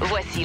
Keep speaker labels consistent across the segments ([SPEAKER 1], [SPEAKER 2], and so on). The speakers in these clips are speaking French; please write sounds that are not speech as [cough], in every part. [SPEAKER 1] Voici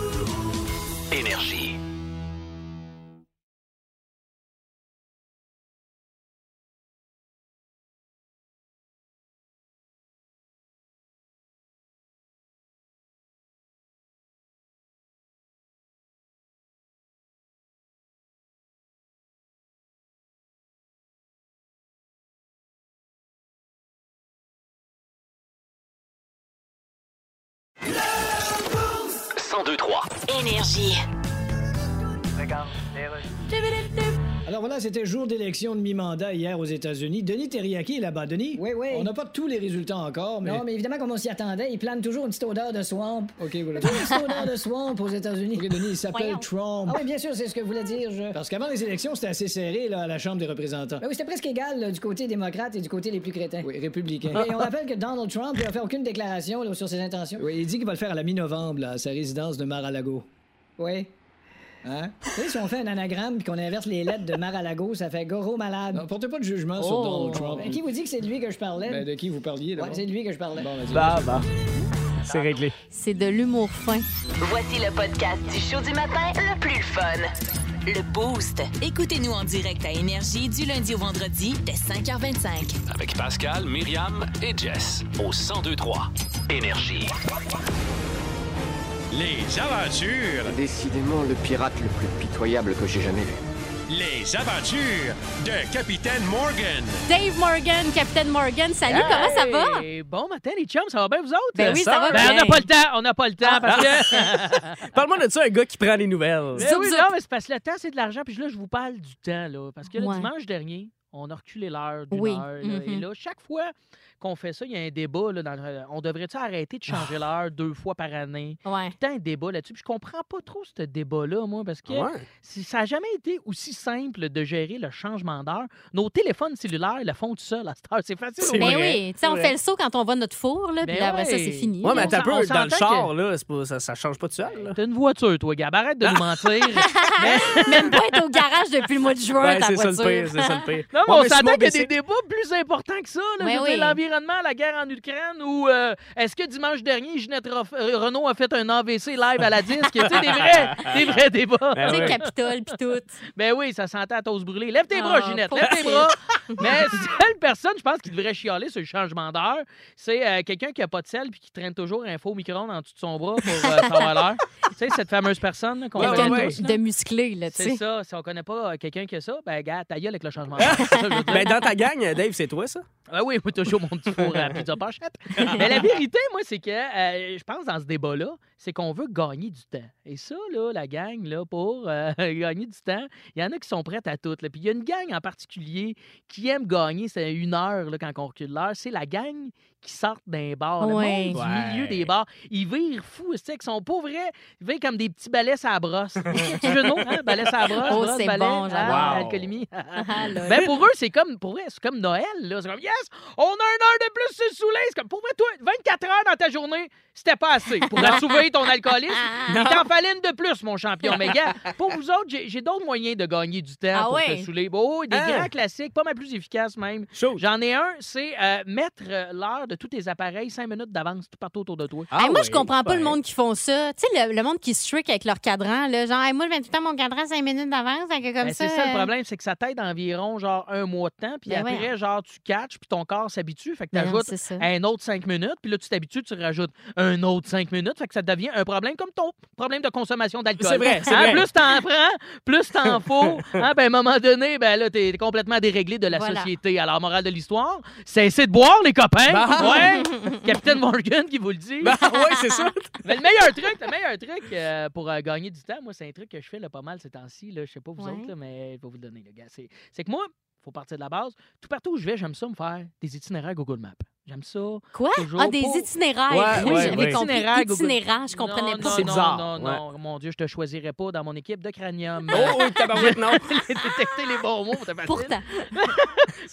[SPEAKER 2] Énergie.
[SPEAKER 1] Énergie.
[SPEAKER 3] Alors voilà, c'était jour d'élection de mi-mandat hier aux États-Unis. Denis Terriaki est là-bas. Denis?
[SPEAKER 4] Oui, oui.
[SPEAKER 3] On n'a pas tous les résultats encore, mais.
[SPEAKER 4] Non, mais évidemment, comme on s'y attendait, ils planent toujours une petite odeur de swamp.
[SPEAKER 3] OK, voilà.
[SPEAKER 4] Toujours une petite odeur de swamp aux États-Unis.
[SPEAKER 3] OK, Denis, il s'appelle
[SPEAKER 5] Voyons.
[SPEAKER 3] Trump.
[SPEAKER 4] Ah oui, bien sûr, c'est ce que voulait dire. Je...
[SPEAKER 3] Parce qu'avant les élections, c'était assez serré là, à la Chambre des représentants.
[SPEAKER 4] Ben oui, c'était presque égal là, du côté démocrate et du côté les plus crétins.
[SPEAKER 3] Oui, républicain.
[SPEAKER 4] Et on rappelle que Donald Trump n'a fait aucune déclaration là, sur ses intentions.
[SPEAKER 3] Oui, il dit qu'il va le faire à la mi-novembre, là, à sa résidence de Mar-a-Lago.
[SPEAKER 4] Oui.
[SPEAKER 3] Hein?
[SPEAKER 4] Tu sais, si on fait un anagramme puis qu'on inverse les lettres de Mar-a-Lago, ça fait Goro malade.
[SPEAKER 3] Non, portez pas de jugement sur Donald Trump.
[SPEAKER 4] Ben, qui vous dit que c'est de lui que je parlais?
[SPEAKER 3] Ben, de qui vous parliez, là?
[SPEAKER 4] Ouais, c'est de lui que je parlais.
[SPEAKER 3] Bon, vas-y.
[SPEAKER 6] Bah, bah. C'est réglé.
[SPEAKER 5] C'est de l'humour fin.
[SPEAKER 1] Voici le podcast du show du matin le plus fun. Le Boost. Écoutez-nous en direct à Énergie du lundi au vendredi dès 5h25.
[SPEAKER 2] Avec Pascal, Myriam et Jess. Au 1023 Énergie.
[SPEAKER 7] Les aventures,
[SPEAKER 8] Décidément le pirate le plus pitoyable que j'ai jamais vu.
[SPEAKER 7] les aventures de Capitaine Morgan.
[SPEAKER 5] Dave Morgan, Capitaine Morgan, salut,
[SPEAKER 9] Ah,
[SPEAKER 5] comment ça va?
[SPEAKER 6] Et bon matin, les chums, ça va bien, vous autres?
[SPEAKER 5] Ben oui, ça va
[SPEAKER 6] Ben, on n'a
[SPEAKER 5] bien.
[SPEAKER 6] pas le temps, on n'a pas le temps, parce que...
[SPEAKER 9] Ah. [laughs] Parle-moi de ça, un gars qui prend les nouvelles.
[SPEAKER 6] Ben
[SPEAKER 5] Zoup,
[SPEAKER 6] oui,
[SPEAKER 5] zoup.
[SPEAKER 6] non, mais c'est parce que le temps, c'est de l'argent. Puis là, je vous parle du temps, là. Parce que le
[SPEAKER 5] Ouais.
[SPEAKER 6] dimanche dernier, on a reculé l'heure d'une
[SPEAKER 5] Oui,
[SPEAKER 6] heure. là.
[SPEAKER 5] mhm.
[SPEAKER 9] Mm-hmm.
[SPEAKER 6] Et là, chaque fois qu'on fait ça, il y a un débat. Là, dans le- On devrait-tu arrêter de
[SPEAKER 9] Ah.
[SPEAKER 6] changer l'heure deux fois par année?
[SPEAKER 5] Ouais.
[SPEAKER 6] Tant un débat là-dessus. Puis je comprends pas trop ce débat-là, moi, parce que
[SPEAKER 9] Ouais.
[SPEAKER 6] si- ça n'a jamais été aussi simple de gérer le changement d'heure. Nos téléphones cellulaires le font tout seul à cette heure. C'est facile.
[SPEAKER 9] C'est
[SPEAKER 6] au-
[SPEAKER 5] Ben
[SPEAKER 9] vrai.
[SPEAKER 5] oui, tu sais, on
[SPEAKER 6] Ouais.
[SPEAKER 5] fait le saut quand on va notre four, là,
[SPEAKER 6] Ben
[SPEAKER 5] puis là, après ça,
[SPEAKER 6] ouais.
[SPEAKER 5] c'est fini.
[SPEAKER 9] Ouais,
[SPEAKER 6] on
[SPEAKER 9] mais t'as
[SPEAKER 6] s'en-
[SPEAKER 9] peu
[SPEAKER 6] on
[SPEAKER 9] dans le
[SPEAKER 6] s'entend
[SPEAKER 9] char,
[SPEAKER 6] que-
[SPEAKER 9] là, c'est pas- ça, ça change pas tout seul. là.
[SPEAKER 6] T'as une voiture, toi, Gab. Arrête
[SPEAKER 9] [laughs]
[SPEAKER 6] de nous mentir. Mais-
[SPEAKER 5] [laughs] Même pas être au garage depuis le mois de juin,
[SPEAKER 9] Ben,
[SPEAKER 5] ta
[SPEAKER 9] c'est ça
[SPEAKER 5] voiture.
[SPEAKER 9] le pire, c'est ça le pire.
[SPEAKER 6] Non, mais
[SPEAKER 9] Ouais,
[SPEAKER 6] on
[SPEAKER 9] mais
[SPEAKER 6] s'entend
[SPEAKER 9] Simon
[SPEAKER 6] qu'il y a des
[SPEAKER 9] Bessic-
[SPEAKER 6] débats plus importants que ça. Là,
[SPEAKER 5] Ouais,
[SPEAKER 6] Je veux
[SPEAKER 5] oui.
[SPEAKER 6] dire, l'environnement, la guerre en Ukraine, ou euh, est-ce que dimanche dernier, Ginette Rof- euh, Renault a fait un AVC live à la disque? tu sais, des vrais,
[SPEAKER 9] [laughs]
[SPEAKER 6] des vrais débats.
[SPEAKER 9] Ben
[SPEAKER 5] [laughs] Tu sais,
[SPEAKER 9] oui.
[SPEAKER 5] Capitole, puis tout.
[SPEAKER 6] Ben oui, ça sentait à toast brûlée. Lève tes
[SPEAKER 5] Ah,
[SPEAKER 6] bras, Ginette, lève tes
[SPEAKER 5] pauvre
[SPEAKER 9] [laughs]
[SPEAKER 6] bras. Mais seule personne, je pense, qui devrait chialer sur le changement d'heure, c'est euh, quelqu'un qui a pas de sel puis qui traîne toujours un faux micro-ondes en dessous de son bras pour euh,
[SPEAKER 9] [laughs]
[SPEAKER 6] savoir l'heure. Tu sais, cette fameuse personne là, qu'on
[SPEAKER 9] Ouais,
[SPEAKER 6] connaît
[SPEAKER 5] Quelqu'un
[SPEAKER 9] ouais,
[SPEAKER 6] tous,
[SPEAKER 5] de- de musclé, là, tu
[SPEAKER 6] C'est
[SPEAKER 5] sais.
[SPEAKER 6] ça, si on connaît pas euh, quelqu'un qui a ça, ben gars, ta gueule avec le changement d'heure.
[SPEAKER 9] [laughs]
[SPEAKER 6] C'est ça que je veux dire.
[SPEAKER 9] Ben, dans ta gang, euh, Dave, c'est toi, ça?
[SPEAKER 6] Ah oui, moi, toujours mon petit four à pizza
[SPEAKER 5] [laughs]
[SPEAKER 6] pochette. Mais la vérité, moi, c'est que euh, je pense dans ce débat-là, c'est qu'on veut gagner du temps. Et ça, là, la gang, là, pour euh, [laughs] gagner du temps, il y en a qui sont prêtes à tout. là. Puis il y a une gang en particulier qui aime gagner c'est une heure là, quand on recule l'heure. C'est la gang qui sort d'un bar. Le
[SPEAKER 5] Ouais.
[SPEAKER 6] monde du
[SPEAKER 9] Ouais.
[SPEAKER 6] milieu des bars. Ils virent fous, c'est qu'ils sont pas vrais. Ils virent comme des petits balais à la
[SPEAKER 5] [laughs]
[SPEAKER 6] brosse. Petit jeu de mots, hein? Balais à la brosse,
[SPEAKER 5] Oh,
[SPEAKER 6] brosse,
[SPEAKER 5] c'est
[SPEAKER 6] balai,
[SPEAKER 5] bon, j'adore.
[SPEAKER 6] ah, [laughs]
[SPEAKER 9] Wow.
[SPEAKER 6] alcoolémie.
[SPEAKER 5] Ah, là,
[SPEAKER 6] Ben pour eux, c'est comme pour vrai, c'est comme Noël là, c'est comme yes, on a une heure de plus sur le soleil, c'est comme pour vrai toi, 24 heures dans ta journée, c'était pas assez
[SPEAKER 5] [laughs]
[SPEAKER 6] pour assouvir ton alcoolisme. Il t'en fallait une de plus mon champion, mais gars, pour vous autres, j'ai j'ai d'autres moyens de gagner du temps
[SPEAKER 5] Ah
[SPEAKER 6] pour
[SPEAKER 5] ouais?
[SPEAKER 6] te saouler. Bon, des
[SPEAKER 9] Hein?
[SPEAKER 6] grands classiques, pas mal plus efficaces même.
[SPEAKER 9] Chaud.
[SPEAKER 6] J'en ai un, c'est euh, mettre euh, l'heure de tous tes appareils 5 minutes d'avance tout partout autour de toi.
[SPEAKER 9] Ah
[SPEAKER 5] Hey, moi, je comprends
[SPEAKER 9] Ben.
[SPEAKER 5] pas le monde qui font ça. Tu sais, le, le monde qui se trick avec leur cadran, là, genre, Hey, moi, je mets tout le temps mon cadran 5 minutes d'avance, fait que comme
[SPEAKER 6] Ben,
[SPEAKER 5] ça.
[SPEAKER 6] c'est ça
[SPEAKER 5] euh,
[SPEAKER 6] le problème, c'est que ça t'aide environ genre un mois de temps, puis
[SPEAKER 5] Ben
[SPEAKER 6] après
[SPEAKER 5] voyons.
[SPEAKER 6] genre tu catches, puis ton corps s'habitue, fait que
[SPEAKER 5] Ben non,
[SPEAKER 6] t'ajoutes
[SPEAKER 5] c'est ça.
[SPEAKER 6] un autre 5 minutes, puis là, tu t'habitues, tu rajoutes un autre 5 minutes, fait que ça devient un problème comme ton problème de consommation d'alcool.
[SPEAKER 9] C'est vrai, c'est
[SPEAKER 6] Hein,
[SPEAKER 9] vrai.
[SPEAKER 6] Plus t'en prends, plus t'en
[SPEAKER 9] [laughs]
[SPEAKER 6] faut. Hein, ben, à un moment donné, ben là, t'es complètement déréglé de la
[SPEAKER 5] Voilà.
[SPEAKER 6] société. Alors, morale de l'histoire, cessez de boire, les copains.
[SPEAKER 9] Bah.
[SPEAKER 6] Ouais. Capitaine Morgan qui vous le dit.
[SPEAKER 9] [laughs] Ben, ouais, c'est ça.
[SPEAKER 6] Mais le meilleur truc, le meilleur truc euh, pour euh, gagner du temps, moi, c'est un truc que je fais là, pas mal ces temps-ci. là. Je sais pas vous
[SPEAKER 5] Ouais.
[SPEAKER 6] autres, là, mais je vais vous le donner, le gars. C'est c'est que moi, faut partir de la base. Tout partout où je vais, j'aime ça me faire des itinéraires Google Maps. J'aime ça.
[SPEAKER 5] Quoi?
[SPEAKER 6] Toujours
[SPEAKER 5] Ah, des
[SPEAKER 6] pour-
[SPEAKER 5] itinéraires.
[SPEAKER 9] Ouais,
[SPEAKER 5] oui,
[SPEAKER 9] ouais,
[SPEAKER 5] j'avais
[SPEAKER 9] ouais.
[SPEAKER 5] compris.
[SPEAKER 6] Itinéraires, Google.
[SPEAKER 5] Itinéraires, je comprenais
[SPEAKER 6] Non,
[SPEAKER 5] pas.
[SPEAKER 6] non,
[SPEAKER 9] C'est
[SPEAKER 6] non, Non,
[SPEAKER 9] bizarre,
[SPEAKER 6] non, mon Dieu, je te choisirais pas dans mon équipe de cranium.
[SPEAKER 9] Oh, oui, [laughs] tabarouette, non.
[SPEAKER 6] détecter les bons mots, t'as facile.
[SPEAKER 5] Pourtant.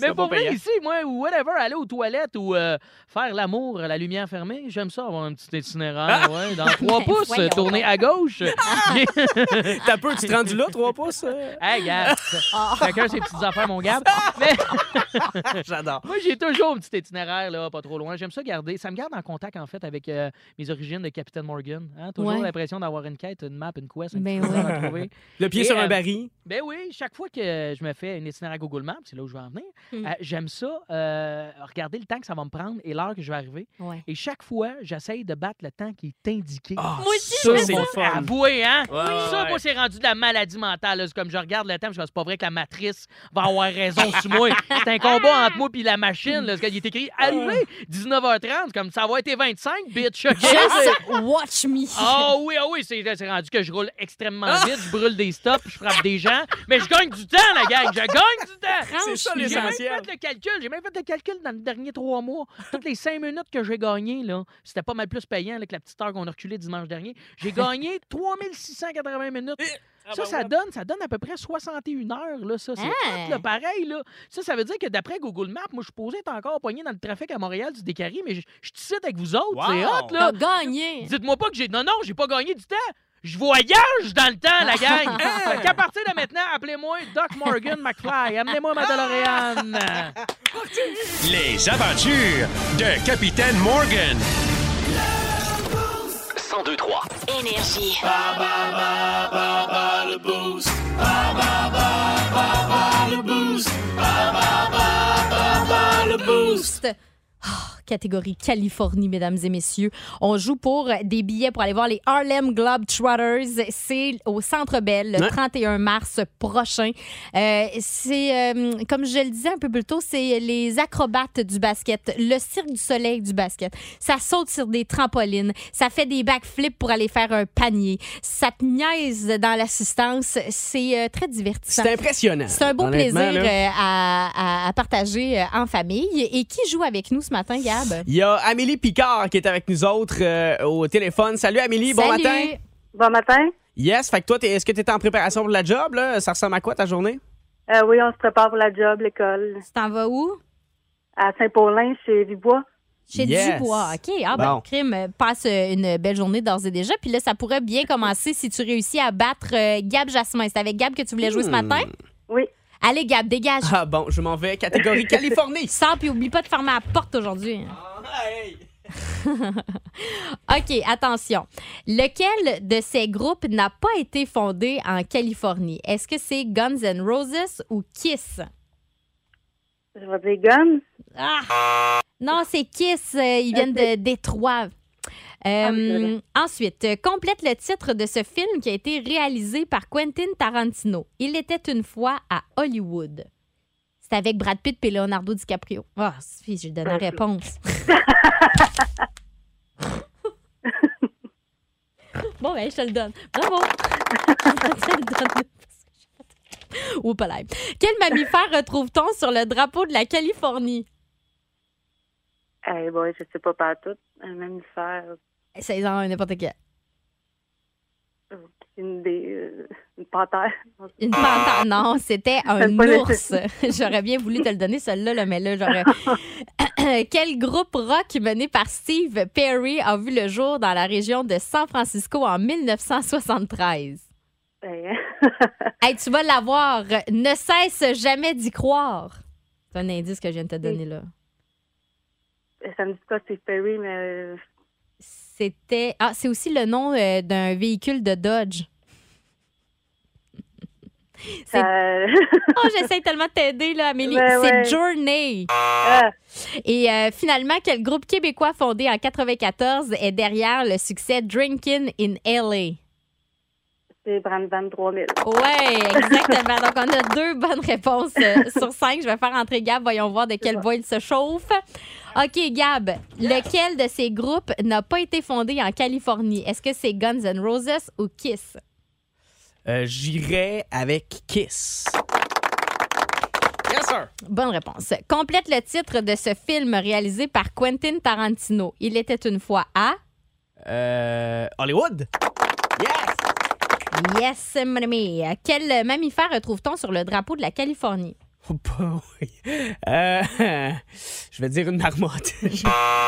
[SPEAKER 6] Mais
[SPEAKER 9] pas
[SPEAKER 6] pour vrai,
[SPEAKER 9] payant.
[SPEAKER 6] ici, moi, ou whatever, aller aux toilettes ou euh, faire l'amour à la lumière fermée, j'aime ça avoir un petit
[SPEAKER 9] Ah!
[SPEAKER 6] itinéraire, ouais, dans trois
[SPEAKER 5] [laughs] Mais
[SPEAKER 6] pouces,
[SPEAKER 5] Ben, voyons
[SPEAKER 6] tourner à
[SPEAKER 5] [laughs]
[SPEAKER 6] gauche. [laughs]
[SPEAKER 9] T'as peu, tu te rendu là, 3
[SPEAKER 6] [laughs]
[SPEAKER 9] pouces? euh?
[SPEAKER 6] hey, gars,
[SPEAKER 5] Ah.
[SPEAKER 6] chacun ses petites affaires, mon
[SPEAKER 5] [laughs]
[SPEAKER 6] gars. Mais
[SPEAKER 9] J'adore.
[SPEAKER 6] moi, j'ai toujours un petit itinéraire, là, pas trop loin. J'aime ça garder. Ça me garde en contact, en fait, avec euh, mes origines de Capitaine Morgan. Hein, toujours
[SPEAKER 5] Ouais.
[SPEAKER 6] l'impression d'avoir une quête, une map, une quest, un
[SPEAKER 5] Ben
[SPEAKER 6] petit
[SPEAKER 5] oui.
[SPEAKER 6] trésor à trouver.
[SPEAKER 9] Le pied
[SPEAKER 6] Et,
[SPEAKER 9] sur
[SPEAKER 6] euh,
[SPEAKER 9] un baril.
[SPEAKER 6] Ben oui, chaque fois que je me fais une itinéraire à Google Maps, c'est là où je vais en venir,
[SPEAKER 5] Mm.
[SPEAKER 6] euh, j'aime ça, euh, regarder le temps que ça va me prendre et l'heure que je vais arriver.
[SPEAKER 5] Ouais.
[SPEAKER 6] Et chaque fois, j'essaye de battre le temps qui est indiqué.
[SPEAKER 9] Ah,
[SPEAKER 5] Moi aussi,
[SPEAKER 9] ça,
[SPEAKER 5] je fais
[SPEAKER 9] c'est
[SPEAKER 5] ça.
[SPEAKER 9] le fun.
[SPEAKER 6] Avouez, hein?
[SPEAKER 9] Ouais, ouais,
[SPEAKER 6] ça,
[SPEAKER 9] ouais.
[SPEAKER 6] moi, c'est rendu de la maladie mentale. là. C'est comme je regarde le temps, je me dis, c'est pas vrai que la matrice va avoir raison sur moi. C'est un combat entre moi et la machine. Là, parce qu'il est écrit, arrivé 19h30, c'est comme ça va être 25, bitch.
[SPEAKER 9] [laughs]
[SPEAKER 6] OK?
[SPEAKER 5] Just watch me.
[SPEAKER 9] Oh,
[SPEAKER 5] [laughs]
[SPEAKER 6] Ah oui, ah oui, c'est c'est rendu que je roule extrêmement
[SPEAKER 9] Ah!
[SPEAKER 6] vite, je brûle des stops, je frappe des gens, mais je gagne du temps, la gang, je gagne du temps!
[SPEAKER 9] C'est ça
[SPEAKER 6] J'ai même
[SPEAKER 9] l'essentiel.
[SPEAKER 6] fait le calcul, j'ai même fait le calcul dans les derniers trois mois. Toutes les cinq minutes que j'ai gagnées, là, c'était pas mal plus payant là, que la petite heure qu'on a reculée dimanche dernier. J'ai
[SPEAKER 9] [laughs]
[SPEAKER 6] gagné 3680 minutes.
[SPEAKER 9] Eh, ah
[SPEAKER 6] Ça, ça donne, ça donne à peu près 61 heures, là, ça. C'est
[SPEAKER 5] Hein?
[SPEAKER 6] hot, là, pareil, là. Ça, ça veut dire que d'après Google Maps, moi, je suis posé être encore poigné dans le trafic à Montréal du Décari, mais je je suis ici avec vous autres. C'est
[SPEAKER 9] Wow!
[SPEAKER 6] hot, là.
[SPEAKER 5] T'as gagné.
[SPEAKER 6] Dites-moi pas que j'ai. Non, non, j'ai pas gagné du temps. Je voyage dans le temps, la
[SPEAKER 5] [laughs]
[SPEAKER 6] gang. Fait qu'à partir de maintenant, appelez-moi Doc Morgan McFly. Amenez-moi ma
[SPEAKER 10] [laughs]
[SPEAKER 6] DeLorean.
[SPEAKER 7] Les aventures de Capitaine Morgan.
[SPEAKER 2] 1023.
[SPEAKER 1] Énergie.
[SPEAKER 5] Boost. Ah, Catégorie Californie, mesdames et messieurs. On joue pour des billets pour aller voir les Harlem Globetrotters. C'est au Centre Bell le
[SPEAKER 9] Ouais.
[SPEAKER 5] 31 mars prochain. Euh, c'est, euh, comme je le disais un peu plus tôt, c'est les acrobates du basket, le cirque du soleil du basket. Ça saute sur des trampolines, ça fait des backflips pour aller faire un panier, ça te niaise dans l'assistance. C'est euh, très divertissant.
[SPEAKER 9] C'est impressionnant.
[SPEAKER 5] C'est un beau plaisir
[SPEAKER 9] Honnêtement, là.
[SPEAKER 5] euh, à, à- à partager euh, en famille. Et qui joue avec nous ce matin, Gab?
[SPEAKER 9] Il y a Amélie Picard qui est avec nous autres euh, au téléphone. Salut Amélie, bon
[SPEAKER 5] Salut.
[SPEAKER 9] matin.
[SPEAKER 11] Bon matin.
[SPEAKER 9] Yes, fait que toi, t'es- est-ce que tu es en préparation pour la job? Là? Ça ressemble à quoi ta journée?
[SPEAKER 11] Euh, oui, on se prépare pour la job, l'école.
[SPEAKER 5] Tu t'en vas où?
[SPEAKER 11] À Saint-Paulin, chez Vibois.
[SPEAKER 5] Chez
[SPEAKER 9] Yes.
[SPEAKER 5] Dubois. OK. Ah, ben,
[SPEAKER 9] Bon.
[SPEAKER 5] crime, euh, passe euh, une belle journée d'ores et déjà. Puis là, ça pourrait bien commencer si tu réussis à battre euh, Gab Jasmin. C'est avec Gab que tu voulais jouer ce
[SPEAKER 9] Hmm.
[SPEAKER 5] matin?
[SPEAKER 11] Oui.
[SPEAKER 5] Allez, Gab, dégage.
[SPEAKER 9] Ah bon, je m'en vais. [laughs] Catégorie Californie.
[SPEAKER 5] Sors, puis oublie pas de fermer la porte aujourd'hui.
[SPEAKER 9] Oh,
[SPEAKER 5] OK, attention. Lequel de ces groupes n'a pas été fondé en Californie? Est-ce que c'est Guns N' Roses ou Kiss?
[SPEAKER 11] Je vais dire Gun.
[SPEAKER 5] Ah! Non, c'est Kiss. euh, ils viennent de Détroit. Euh, ensuite, euh, complète le titre de ce film qui a été réalisé par Quentin Tarantino. Il était une fois à Hollywood. C'est avec Brad Pitt et Leonardo DiCaprio. Ah, si, j'ai donné la réponse. bon, ben, je te le donne. Bravo! Je te le donne. Oups, là. Quel mammifère retrouve-t-on sur le drapeau de la Californie?
[SPEAKER 11] Eh boy, je sais pas pas tout. Un mammifère,
[SPEAKER 5] C'est dans n'importe quel.
[SPEAKER 11] une des... euh, une panthère.
[SPEAKER 5] Une panthère. Non, c'était un
[SPEAKER 11] C'est pas
[SPEAKER 5] ours. [laughs] J'aurais bien voulu te le donner, celui-là, là, mais là, j'aurais. [coughs] Quel groupe rock mené par Steve Perry a vu le jour dans la région de San Francisco en 1973?
[SPEAKER 11] Eh,
[SPEAKER 5] Hey, tu vas l'avoir. Ne cesse jamais d'y croire. C'est un indice que je viens de te donner là.
[SPEAKER 11] [laughs] ça me dit pas Steve Perry, mais... euh,
[SPEAKER 5] C'était. Ah, c'est aussi le nom euh, d'un véhicule de Dodge. C'est-
[SPEAKER 11] ça- [laughs] euh,
[SPEAKER 5] Oh, j'essaie tellement de t'aider, là, Amélie.
[SPEAKER 11] Ouais,
[SPEAKER 5] c'est
[SPEAKER 11] Ben ouais.
[SPEAKER 5] Journey.
[SPEAKER 11] Ah,
[SPEAKER 5] Et euh, finalement, quel groupe québécois fondé en 94 est derrière le succès Drinkin' in LA?
[SPEAKER 11] c'est Brandvan 3000.
[SPEAKER 5] Ouais, exactement. Donc, on a deux bonnes réponses euh, sur cinq. Je vais faire entrer Gab. Voyons voir de quel bois il se chauffe. OK, Gab, lequel de ces groupes n'a pas été fondé en Californie? Est-ce que c'est Guns N' Roses ou Kiss?
[SPEAKER 9] Euh, J'irai avec Kiss. Yes, sûr.
[SPEAKER 5] Bonne réponse. Complète le titre de ce film réalisé par Quentin Tarantino. Il était une fois à.
[SPEAKER 9] Euh, Hollywood.
[SPEAKER 5] Yes, mon ami. Quel mammifère retrouve-t-on sur le drapeau de la Californie?
[SPEAKER 9] Bah oui. Euh, [laughs] je vais dire une [laughs] marmotte.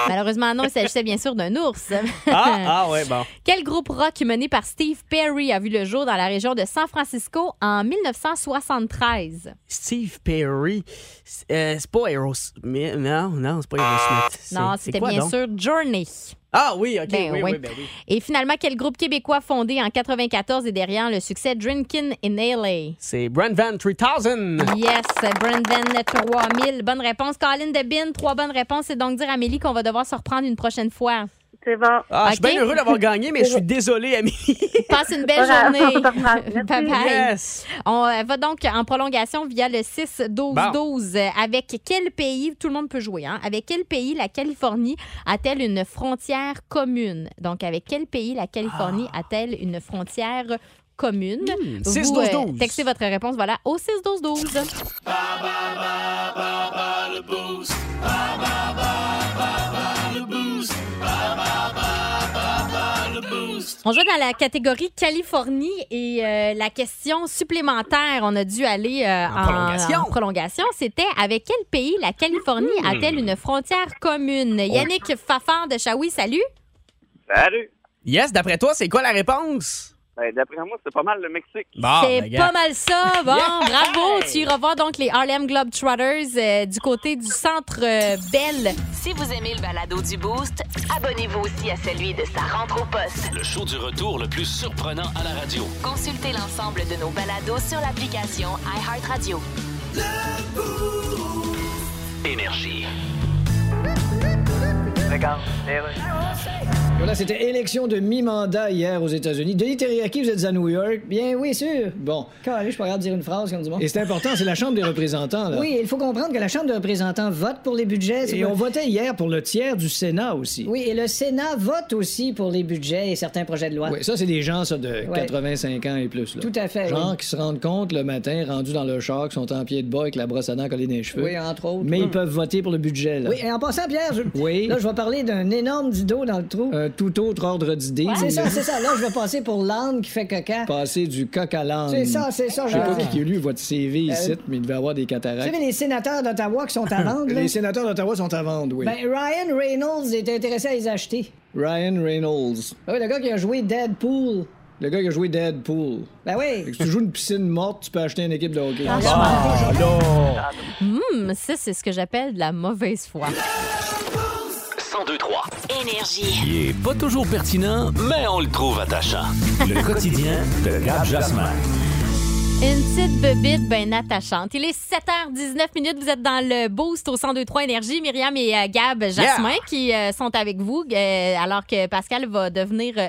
[SPEAKER 5] Malheureusement, non, il s'agissait bien sûr d'un ours.
[SPEAKER 9] ah, ah ouais, bon.
[SPEAKER 5] [laughs] Quel groupe rock mené par Steve Perry a vu le jour dans la région de San Francisco en 1973?
[SPEAKER 9] Steve Perry. C'est euh, c'est pas Aerosmith. Non, non, c'est pas Aerosmith. C'est-
[SPEAKER 5] Non,
[SPEAKER 9] c'est
[SPEAKER 5] c'était
[SPEAKER 9] quoi,
[SPEAKER 5] bien
[SPEAKER 9] donc?
[SPEAKER 5] sûr Journey.
[SPEAKER 9] Ah oui, OK.
[SPEAKER 5] Ben
[SPEAKER 9] oui,
[SPEAKER 5] oui.
[SPEAKER 9] oui, ben oui.
[SPEAKER 5] Et finalement, quel groupe québécois fondé en 94 et derrière le succès Drinkin' in LA?
[SPEAKER 9] C'est Brand Van 3000.
[SPEAKER 5] Yes, Brendan 3000. Bonne réponse. Colin Debin, trois bonnes réponses. C'est donc dire à Amélie qu'on va devoir se reprendre une prochaine fois.
[SPEAKER 11] C'est bon.
[SPEAKER 9] Ah, je suis
[SPEAKER 5] Ok.
[SPEAKER 9] bien heureux d'avoir gagné, mais je
[SPEAKER 5] [laughs]
[SPEAKER 9] suis désolé, Amélie.
[SPEAKER 5] Passe une belle
[SPEAKER 11] Voilà,
[SPEAKER 5] journée.
[SPEAKER 11] on se
[SPEAKER 5] [laughs]
[SPEAKER 11] reprend.
[SPEAKER 5] bye bye.
[SPEAKER 9] Yes.
[SPEAKER 5] On euh, va donc en prolongation via le 6-12-12. Euh, Avec quel pays, tout le monde peut jouer, hein? avec quel pays la Californie a-t-elle une frontière commune? Donc, avec quel pays la Californie a-t-elle une frontière commune? Vous, euh,
[SPEAKER 9] 6-12-12.
[SPEAKER 5] textez votre réponse, voilà, au 6-12-12. On joue dans la catégorie Californie et euh, la question supplémentaire, on a dû aller euh, en,
[SPEAKER 9] prolongation.
[SPEAKER 5] en prolongation, c'était avec quel pays la Californie a-t-elle une frontière commune?
[SPEAKER 9] Oh.
[SPEAKER 5] Yannick Fafard de Chaoui, salut.
[SPEAKER 12] Salut!
[SPEAKER 9] Yes, d'après toi, c'est quoi la réponse?
[SPEAKER 12] Ben, d'après moi, c'est pas mal le Mexique.
[SPEAKER 9] Bon,
[SPEAKER 5] C'est
[SPEAKER 9] ben, gars.
[SPEAKER 5] pas mal ça. Bon, bravo. Tu iras voir donc les Harlem Globetrotters euh, du côté du centre euh, Bell.
[SPEAKER 1] Si vous aimez le balado du Boost, abonnez-vous aussi à celui de sa rentre au poste.
[SPEAKER 2] Le show du retour le plus surprenant à la radio.
[SPEAKER 1] Consultez l'ensemble de nos balados sur l'application iHeartRadio.
[SPEAKER 2] Énergie.
[SPEAKER 3] Voilà, c'était élection de mi-mandat hier aux États-Unis. Denis Terriaki, vous êtes à New York.
[SPEAKER 4] Bien, oui, sûr.
[SPEAKER 3] Bon.
[SPEAKER 4] Calé, je suis pas capable de dire une phrase comme du monde.
[SPEAKER 3] Et c'est important, c'est la Chambre des représentants, là.
[SPEAKER 4] Oui, il faut comprendre que la Chambre des représentants vote pour les budgets. c'est
[SPEAKER 3] Et
[SPEAKER 4] pas-
[SPEAKER 3] on votait hier pour le tiers du Sénat aussi.
[SPEAKER 4] Oui, et le Sénat vote aussi pour les budgets et certains projets de loi.
[SPEAKER 3] Oui, ça, c'est des gens, ça, de
[SPEAKER 4] Ouais.
[SPEAKER 3] 85 ans et plus, là.
[SPEAKER 4] Tout à fait,
[SPEAKER 3] Gens
[SPEAKER 4] oui.
[SPEAKER 3] qui se rendent compte le matin, rendus dans leur char, qui sont en pied de bas avec la brosse à dents collée dans les cheveux.
[SPEAKER 4] Oui, entre autres.
[SPEAKER 3] Mais
[SPEAKER 4] oui.
[SPEAKER 3] ils peuvent voter pour le budget, là.
[SPEAKER 4] Oui, et en passant, Pierre, je...
[SPEAKER 3] Oui.
[SPEAKER 4] là, je vais parler d'un énorme dido dans le trou.
[SPEAKER 3] Un tout autre ordre d'idée.
[SPEAKER 4] C'est ça, c'est ça. Là, je vais passer pour l'âne qui fait caca.
[SPEAKER 3] Passer du coq à l'âne.
[SPEAKER 4] C'est ça, c'est ça,
[SPEAKER 3] Je sais pas
[SPEAKER 4] j'ai-
[SPEAKER 3] qui a lu votre CV ici,
[SPEAKER 4] Euh,
[SPEAKER 3] mais il devait avoir des
[SPEAKER 4] Vous savez,
[SPEAKER 3] cataractes.
[SPEAKER 4] les sénateurs d'Ottawa qui sont à
[SPEAKER 3] [laughs]
[SPEAKER 4] vendre, là?
[SPEAKER 3] Les sénateurs d'Ottawa sont à vendre, oui.
[SPEAKER 4] Ben, Ryan Reynolds est intéressé à les acheter.
[SPEAKER 3] Ryan Reynolds.
[SPEAKER 4] Ah oui, le gars qui a joué Deadpool.
[SPEAKER 3] Le gars qui a joué Deadpool.
[SPEAKER 4] Ben oui.
[SPEAKER 3] Si tu joues une piscine morte, tu peux acheter une équipe de hockey.
[SPEAKER 9] Ah, là.
[SPEAKER 5] Hum, ça, c'est ce que j'appelle de la mauvaise foi.
[SPEAKER 2] 1023.
[SPEAKER 1] Énergie.
[SPEAKER 2] Il est pas toujours pertinent, mais on le trouve attachant. Le quotidien de Gab Jasmin.
[SPEAKER 5] Une petite bebite bien attachante. Il est 7h19 minutes. Vous êtes dans le boost au 1023 Énergie. Myriam et euh, Gab Jasmin qui euh, sont avec vous, euh, alors que Pascal va devenir. euh,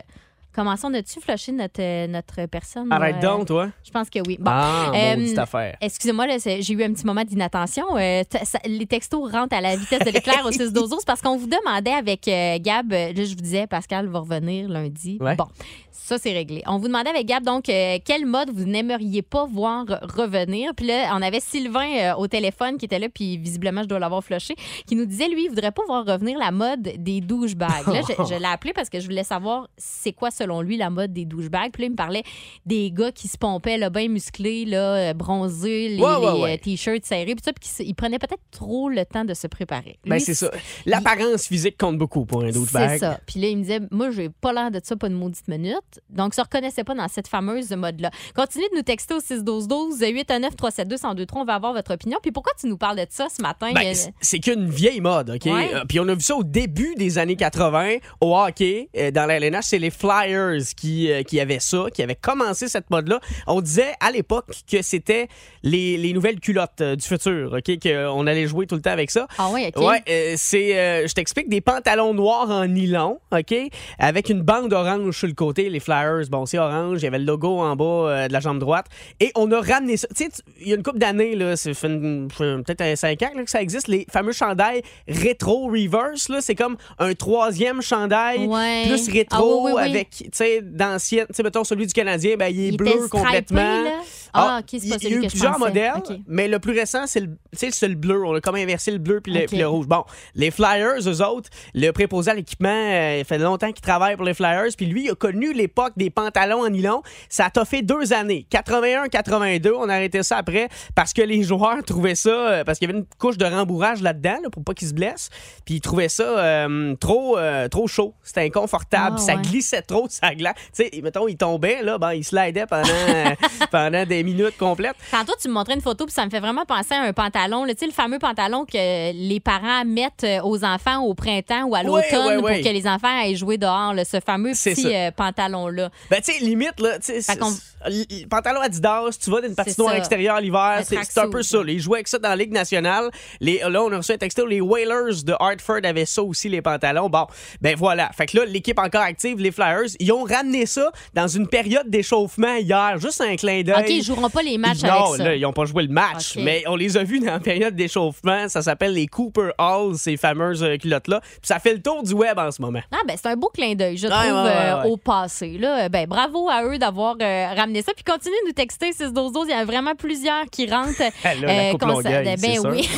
[SPEAKER 5] Commençons, as-tu flusher notre, euh, notre personne? là,
[SPEAKER 9] Arrête
[SPEAKER 5] euh,
[SPEAKER 9] donc, toi.
[SPEAKER 5] Je pense que oui. Bon.
[SPEAKER 9] Ah,
[SPEAKER 5] Euh,
[SPEAKER 9] maudite affaire.
[SPEAKER 5] Excusez-moi, là, c'est- j'ai eu un petit moment d'inattention. Euh, t- ça- les textos rentrent à la vitesse de l'éclair au 6 12 parce qu'on vous demandait avec euh, Gab, euh, là je vous disais Pascal va revenir lundi.
[SPEAKER 9] Ouais.
[SPEAKER 5] Bon, ça c'est réglé. On vous demandait avec Gab donc euh, quel mode vous n'aimeriez pas voir revenir. Puis là, on avait Sylvain euh, au téléphone qui était là puis visiblement je dois l'avoir flushé qui nous disait lui il voudrait pas voir revenir la mode des douchebags. Là, je,
[SPEAKER 9] [laughs]
[SPEAKER 5] je l'ai appelé parce que je voulais savoir c'est quoi selon lui la mode des douchebags. Puis là, il me parlait des gars qui se pompaient là, bien musclés, là, euh, bronzés, les,
[SPEAKER 9] Ouais, ouais,
[SPEAKER 5] les,
[SPEAKER 9] ouais.
[SPEAKER 5] euh, t-shirts serrés, puis ça, puis qui se- ils prenaient peut-être trop le temps de se préparer.
[SPEAKER 9] Ben,
[SPEAKER 5] Lui,
[SPEAKER 9] c'est ça. L'apparence physique compte beaucoup pour un douchebag.
[SPEAKER 5] c'est ça. Puis là, il me disait, moi, j'ai pas l'air de ça, pas de maudite minute. Donc, se reconnaissait pas dans cette fameuse mode-là. Continuez de nous texter au 612-12, 819-372-1023. On va avoir votre opinion. Puis pourquoi tu nous parles de ça ce matin?
[SPEAKER 9] Ben,
[SPEAKER 5] Euh,
[SPEAKER 9] c- c'est qu'une vieille mode, OK?
[SPEAKER 5] Ouais.
[SPEAKER 9] Euh, Puis on a vu ça au début des années 80 au hockey, euh, dans la LNH, c'est les Flyers qui, euh, qui avaient ça, qui avaient commencé cette mode-là. On disait à l'époque que c'était les, les nouvelles culottes euh, du futur, OK? Qu'on allait jouer tout le temps avec ça.
[SPEAKER 5] Ah ouais, OK.
[SPEAKER 9] Ouais, euh, c'est, euh, je t'explique, des pantalons noirs en nylon, OK? Avec une bande orange sur le côté, les Flyers, bon, c'est orange, il y avait le logo en bas euh, de la jambe droite. Et on a ramené ça. Tu sais, tu- il y a une couple d'années, là, c'est fait une- peut-être 5 ans là, que ça existe, les fameux chandails rétro reverse, là, c'est comme un troisième chandail
[SPEAKER 5] Ouais.
[SPEAKER 9] plus
[SPEAKER 5] Ah oui,
[SPEAKER 9] rétro
[SPEAKER 5] oui, oui.
[SPEAKER 9] avec, tu sais, d'anciennes, tu sais, mettons celui du Canadien, ben, il est
[SPEAKER 5] Il était
[SPEAKER 9] bleu
[SPEAKER 5] stripé,
[SPEAKER 9] complètement.
[SPEAKER 5] là. Ah, ok, c'est pas
[SPEAKER 9] il-
[SPEAKER 5] celui
[SPEAKER 9] Il y a eu
[SPEAKER 5] que je
[SPEAKER 9] plusieurs
[SPEAKER 5] pensais.
[SPEAKER 9] modèles,
[SPEAKER 5] Ok.
[SPEAKER 9] mais le plus récent, c'est le, c'est le seul bleu. On a comme inversé le bleu puis le,
[SPEAKER 5] Ok.
[SPEAKER 9] puis le rouge. Bon, les Flyers, eux autres, le préposé à l'équipement, euh, il fait longtemps qu'il travaille pour les Flyers, puis lui, il a connu l'époque des pantalons en nylon. Ça a fait deux années, 81-82. On a arrêté ça après parce que les joueurs trouvaient ça, euh, parce qu'il y avait une couche de rembourrage là-dedans là, pour pas qu'ils se blessent, puis ils trouvaient ça euh, trop, euh, trop chaud. C'était inconfortable,
[SPEAKER 5] Ah,
[SPEAKER 9] ça
[SPEAKER 5] ouais.
[SPEAKER 9] glissait trop de sa glace. Tu sais, mettons, il tombait, là, ben, il slidait
[SPEAKER 5] [laughs]
[SPEAKER 9] pendant, pendant des minutes complètes.
[SPEAKER 5] Tantôt, tu me montrais une photo, puis ça me fait vraiment penser à un pantalon. là. Tu sais, le fameux pantalon que les parents mettent euh, aux enfants au printemps ou à
[SPEAKER 9] Ouais,
[SPEAKER 5] l'automne
[SPEAKER 9] ouais, ouais.
[SPEAKER 5] pour que les enfants aillent jouer dehors, là, ce fameux
[SPEAKER 9] C'est
[SPEAKER 5] petit
[SPEAKER 9] ça.
[SPEAKER 5] euh, pantalon-là.
[SPEAKER 9] Ben, tu sais, limite, là, tu sais,
[SPEAKER 5] Fait
[SPEAKER 9] c'est-
[SPEAKER 5] qu'on-
[SPEAKER 9] c'est- l- l- pantalon Adidas, tu vas d'une patinoire
[SPEAKER 5] ça.
[SPEAKER 9] extérieure l'hiver,
[SPEAKER 5] Un
[SPEAKER 9] c'est c'est
[SPEAKER 5] tracksuit,
[SPEAKER 9] un peu ça. là. Ils jouaient avec ça dans la Ligue nationale. Les, là, on a reçu un texto, les Whalers de Hartford avaient ça aussi, les pantalons. Bon, ben voilà. Fait que là, l'équipe encore active, les Flyers, ils ont ramené ça dans une période d'échauffement hier, juste un clin d'œil.
[SPEAKER 5] OK, ils joueront pas les matchs
[SPEAKER 9] Ben, non,
[SPEAKER 5] avec ça.
[SPEAKER 9] là, ils n'ont pas joué le match,
[SPEAKER 5] Ok.
[SPEAKER 9] mais on les a vus dans la période d'échauffement. Ça s'appelle les Cooper Halls, ces fameuses euh, culottes-là. Puis ça fait le tour du web en ce moment.
[SPEAKER 5] Ah ben c'est un beau clin d'œil, je
[SPEAKER 9] Ouais,
[SPEAKER 5] trouve,
[SPEAKER 9] ouais, ouais,
[SPEAKER 5] euh,
[SPEAKER 9] ouais.
[SPEAKER 5] au passé. Là. Ben, bravo à eux d'avoir euh, ramené ça. Puis continuez de nous texter 612 Il y a vraiment plusieurs qui rentrent. euh,
[SPEAKER 9] Ah, [laughs] là, la coupe
[SPEAKER 5] qu'on
[SPEAKER 9] Longueuil,
[SPEAKER 5] s'adapte.
[SPEAKER 9] c'est sûr.
[SPEAKER 5] ben oui.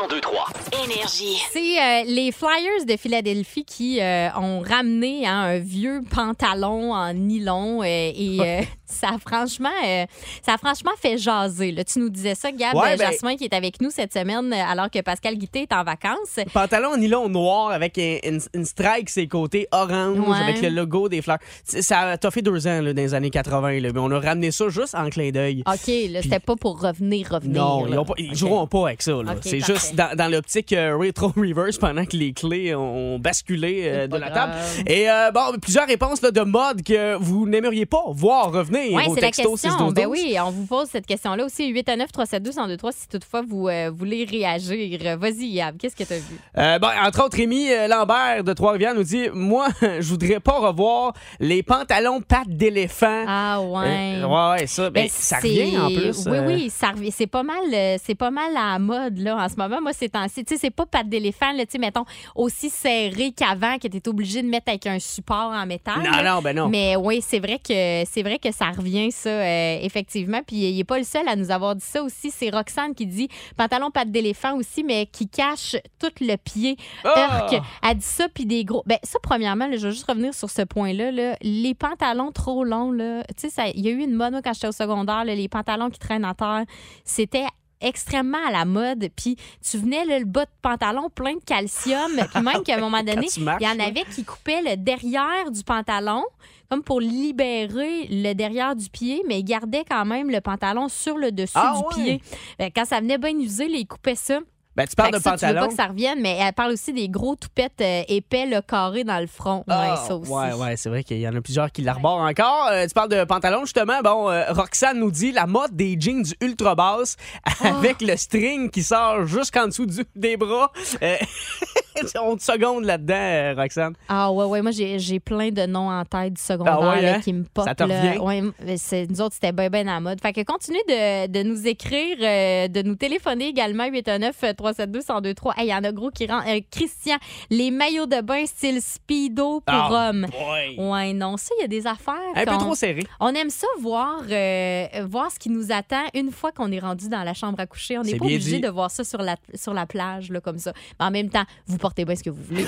[SPEAKER 2] 1023.
[SPEAKER 5] Énergie. C'est euh, les Flyers de Philadelphie qui euh, ont ramené hein, un vieux pantalon en nylon euh, et euh, ça a franchement euh, ça a franchement fait jaser. là. Tu nous disais ça, Gab
[SPEAKER 9] Ouais,
[SPEAKER 5] euh,
[SPEAKER 9] ben-
[SPEAKER 5] Jasmin qui est avec nous cette semaine euh, alors que Pascal Guité est en vacances.
[SPEAKER 9] Pantalon en nylon noir avec un- une, une strike ses côtés orange
[SPEAKER 5] Ouais.
[SPEAKER 9] avec le logo des fleurs. C'est- Ça a fait deux ans là, dans les années 80, là, mais on a ramené ça juste en clin d'œil.
[SPEAKER 5] OK, là, c'était pas pour revenir, revenir.
[SPEAKER 9] Non,
[SPEAKER 5] Ah, là.
[SPEAKER 9] ils, ont pas- ils joueront pas avec ça. là.
[SPEAKER 5] Ok,
[SPEAKER 9] c'est
[SPEAKER 5] parfait.
[SPEAKER 9] juste dans, dans l'optique euh, [laughs] retro-reverse pendant que les clés ont basculé euh, de
[SPEAKER 5] pas
[SPEAKER 9] la
[SPEAKER 5] grave.
[SPEAKER 9] table. Et euh, bon, plusieurs réponses là, de mode que vous n'aimeriez pas voir revenir
[SPEAKER 5] Oui,
[SPEAKER 9] au
[SPEAKER 5] c'est la
[SPEAKER 9] texto
[SPEAKER 5] question.
[SPEAKER 9] 612.
[SPEAKER 5] Ben oui, on vous pose cette question-là aussi. 819 372 1023 si toutefois vous euh, voulez réagir. Vas-y, Yab, qu'est-ce que tu as vu?
[SPEAKER 9] Euh, bon, entre autres, Rémi euh, Lambert de Trois-Rivières nous dit Moi, [laughs] je voudrais pas revoir les pantalons pattes d'éléphant.
[SPEAKER 5] Ah, ouais.
[SPEAKER 9] Euh, ouais, ouais, ça, ben,
[SPEAKER 5] Ben,
[SPEAKER 9] ça
[SPEAKER 5] c'est-
[SPEAKER 9] revient en plus.
[SPEAKER 5] Oui,
[SPEAKER 9] euh,
[SPEAKER 5] oui, ça revient. C'est pas mal, euh, c'est pas mal à la mode là en ce moment. Moi, c'est temps-ci. Tu sais, c'est pas patte d'éléphant là, tu sais, mettons aussi serré qu'avant, que t'es obligé de mettre avec un support en métal.
[SPEAKER 9] Non,
[SPEAKER 5] là.
[SPEAKER 9] non, ben non.
[SPEAKER 5] Mais oui, c'est vrai que c'est vrai que ça revient ça euh, effectivement. Puis il est pas le seul à nous avoir dit ça aussi. C'est Roxane qui dit pantalon patte d'éléphant aussi, mais qui cache tout le pied.
[SPEAKER 13] Ah!
[SPEAKER 5] Urk. Elle dit ça, puis des gros. Ben, ça, premièrement, là, je veux juste revenir sur ce point-là. là. Les pantalons trop longs, là, tu sais, ça- il y a eu une mode, moi, quand j'étais au secondaire, là, les pantalons qui traînent à terre, c'était extrêmement à la mode, puis tu venais là, le bas de pantalon plein de calcium, puis même qu'à un moment donné,
[SPEAKER 13] Quand tu
[SPEAKER 5] il
[SPEAKER 13] marches,
[SPEAKER 5] y en
[SPEAKER 13] là.
[SPEAKER 5] avait qui coupaient le derrière du pantalon, comme pour libérer le derrière du pied, mais ils gardaient quand même le pantalon sur le dessus
[SPEAKER 9] Ah
[SPEAKER 5] du
[SPEAKER 9] ouais?
[SPEAKER 5] pied. Ben, quand ça venait bien usé, là, ils coupaient ça.
[SPEAKER 9] Ben, tu parles
[SPEAKER 5] Fait que
[SPEAKER 9] de
[SPEAKER 5] ça, Tu veux pas
[SPEAKER 9] pantalon.
[SPEAKER 5] que ça revienne, mais elle parle aussi des gros toupettes euh, épais, le carré dans le front.
[SPEAKER 9] Ah,
[SPEAKER 5] ouais, ça aussi.
[SPEAKER 9] ouais, ouais, c'est vrai qu'il y en a plusieurs qui l'arborent encore. Euh, tu parles de pantalon, justement. Bon, euh, Roxane nous dit la mode des jeans ultra basses
[SPEAKER 5] Ah.
[SPEAKER 9] avec le string qui sort jusqu'en dessous du- des bras. Euh, [laughs] on te seconde là-dedans, euh, Roxane.
[SPEAKER 5] Ah ouais, ouais, moi j'ai j'ai plein de noms en tête du secondaire
[SPEAKER 9] Ah ouais,
[SPEAKER 5] là,
[SPEAKER 9] hein?
[SPEAKER 5] qui me popent.
[SPEAKER 9] Ça te
[SPEAKER 5] là.
[SPEAKER 9] revient?
[SPEAKER 5] Ouais, mais c'est- nous autres, c'était bien ben à la mode. Fait que continuez de, de nous écrire, euh, de nous téléphoner également 819-372-1023. Il y en a gros qui rentrent. Euh, Christian, les maillots de bain style speedo pour
[SPEAKER 9] Ah,
[SPEAKER 5] hommes.
[SPEAKER 9] boy.
[SPEAKER 5] Ouais, non, ça, il y a des affaires.
[SPEAKER 9] Un peu
[SPEAKER 5] qu'on-
[SPEAKER 9] trop serré.
[SPEAKER 5] On aime ça voir, euh, voir ce qui nous attend une fois qu'on est rendu dans la chambre à coucher. On n'est
[SPEAKER 9] C'est
[SPEAKER 5] pas
[SPEAKER 9] bien
[SPEAKER 5] obligé
[SPEAKER 9] dit.
[SPEAKER 5] de voir ça sur la, sur la plage, là, comme ça. Mais en même temps, vous portez bien ce que vous voulez.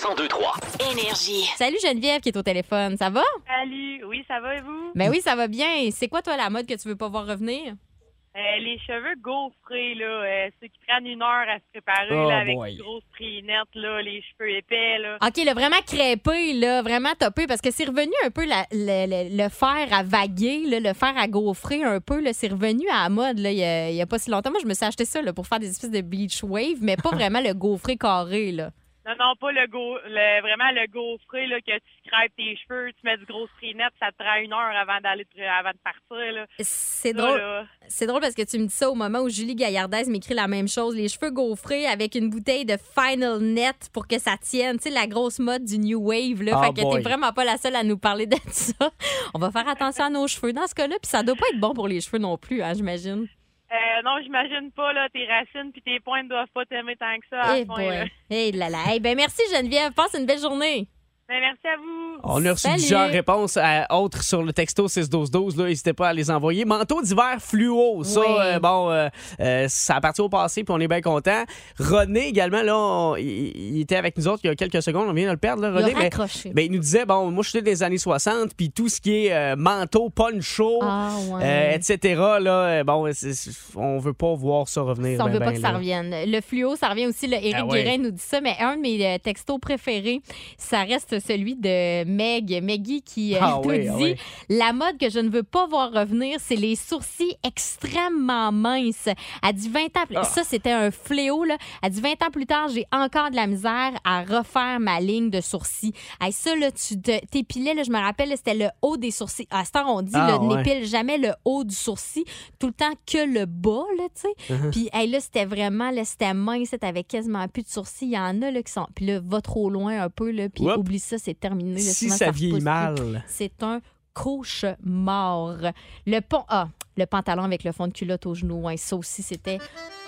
[SPEAKER 2] 1023.
[SPEAKER 5] Énergie. Salut Geneviève qui est au téléphone, ça va?
[SPEAKER 13] Salut, oui, ça va et vous?
[SPEAKER 5] Ben oui, ça va bien. C'est quoi toi la mode que tu veux pas voir revenir?
[SPEAKER 13] Euh, les cheveux gaufrés, là, euh, ceux qui prennent une heure à se préparer
[SPEAKER 5] Oh
[SPEAKER 13] là, avec
[SPEAKER 5] boy.
[SPEAKER 13] les grosses prienettes, là, les cheveux épais. Là.
[SPEAKER 5] OK, là, vraiment crêpé, là, vraiment topé, parce que c'est revenu un peu la- le, le- le fer à vaguer, là, le fer à gaufrer un peu, là, c'est revenu à la mode là, il y a, il y a pas si longtemps. Moi, je me suis acheté ça là, pour faire des espèces de beach wave, mais [laughs] pas vraiment le gaufré carré. Là.
[SPEAKER 13] Non, non, pas le, gau- le vraiment le gaufré là, que tu crêpes tes cheveux, tu mets du gros prienettes, ça te prend une heure avant d'aller te- avant de partir. Là.
[SPEAKER 5] C'est
[SPEAKER 13] Ça,
[SPEAKER 5] drôle.
[SPEAKER 13] là.
[SPEAKER 5] C'est drôle parce que tu me dis ça au moment où Julie Gaillardès m'écrit la même chose. Les cheveux gaufrés avec une bouteille de Final Net pour que ça tienne. Tu sais, la grosse mode du New Wave. Là.
[SPEAKER 13] Ah
[SPEAKER 5] fait que
[SPEAKER 13] boy.
[SPEAKER 5] t'es vraiment pas la seule à nous parler de [laughs] ça. On va faire attention à nos cheveux dans ce cas-là. Puis ça doit pas être bon pour les cheveux non plus, hein, j'imagine.
[SPEAKER 13] Euh, non, j'imagine pas, là, tes racines puis tes
[SPEAKER 9] Ah,
[SPEAKER 13] pointes doivent pas t'aimer tant que ça. à
[SPEAKER 5] Eh
[SPEAKER 13] ce point, là.
[SPEAKER 5] boy. Eh là là. Eh ben merci Geneviève. Passe une belle journée.
[SPEAKER 13] Ben, merci à vous.
[SPEAKER 9] On a reçu plusieurs réponses à autres sur le texto 61212. Là, N'hésitez pas à les envoyer. Manteau d'hiver fluo, ça,
[SPEAKER 14] Oui.
[SPEAKER 9] euh, bon, euh, euh, ça appartient au passé, puis on est bien content. René également, là, on- il, il était avec nous autres il y a quelques secondes. On vient de le perdre, là,
[SPEAKER 5] Il a
[SPEAKER 9] René. mais-
[SPEAKER 5] raccroché.
[SPEAKER 9] mais il nous disait, bon, moi, je suis des années 60, puis tout ce qui est euh, manteau, poncho,
[SPEAKER 5] Ah, ouais.
[SPEAKER 9] euh, etc., là, euh, bon, c'est- c'est- on veut pas voir ça revenir.
[SPEAKER 5] Ça, on
[SPEAKER 9] ben,
[SPEAKER 5] veut pas
[SPEAKER 9] ben,
[SPEAKER 5] que ça
[SPEAKER 9] là.
[SPEAKER 5] revienne. Le fluo, ça revient aussi. Le Éric
[SPEAKER 9] Ah ouais.
[SPEAKER 5] Guérin nous dit ça, mais un de mes euh, textos préférés, ça reste celui de Meg. Meggy qui euh,
[SPEAKER 10] Ah
[SPEAKER 5] [laughs] nous
[SPEAKER 10] oui,
[SPEAKER 5] dit
[SPEAKER 10] ah oui.
[SPEAKER 5] La mode que je ne veux pas voir revenir, c'est les sourcils extrêmement minces. Elle dit 20 ans plus...
[SPEAKER 10] Ah.
[SPEAKER 5] Ça, c'était un fléau. Là. Elle dit 20 ans plus tard, j'ai encore de la misère à refaire ma ligne de sourcils. Hey, ça, là, tu te- t'épilais, là, je me rappelle, là, c'était le haut des sourcils. À cette heure, on dit
[SPEAKER 10] Ah
[SPEAKER 5] là,
[SPEAKER 10] ouais.
[SPEAKER 5] n'épile jamais le haut du sourcil, tout le temps que le bas, là, tu sais.
[SPEAKER 10] Mhm.
[SPEAKER 5] [laughs] Puis hey, là, c'était vraiment, là, c'était mince, là, t'avais quasiment plus de sourcils. Il y en a là, qui sont. Puis là, va trop loin un peu, là, puis
[SPEAKER 9] Oups.
[SPEAKER 5] oublie ça, c'est terminé. là,
[SPEAKER 9] Si
[SPEAKER 5] souvent,
[SPEAKER 9] ça
[SPEAKER 5] repousse
[SPEAKER 9] vieillit
[SPEAKER 5] plus.
[SPEAKER 9] mal.
[SPEAKER 5] C'est un cauchemar. Le pont. Ah, le pantalon avec le fond de culotte au genou. hein, ça aussi, c'était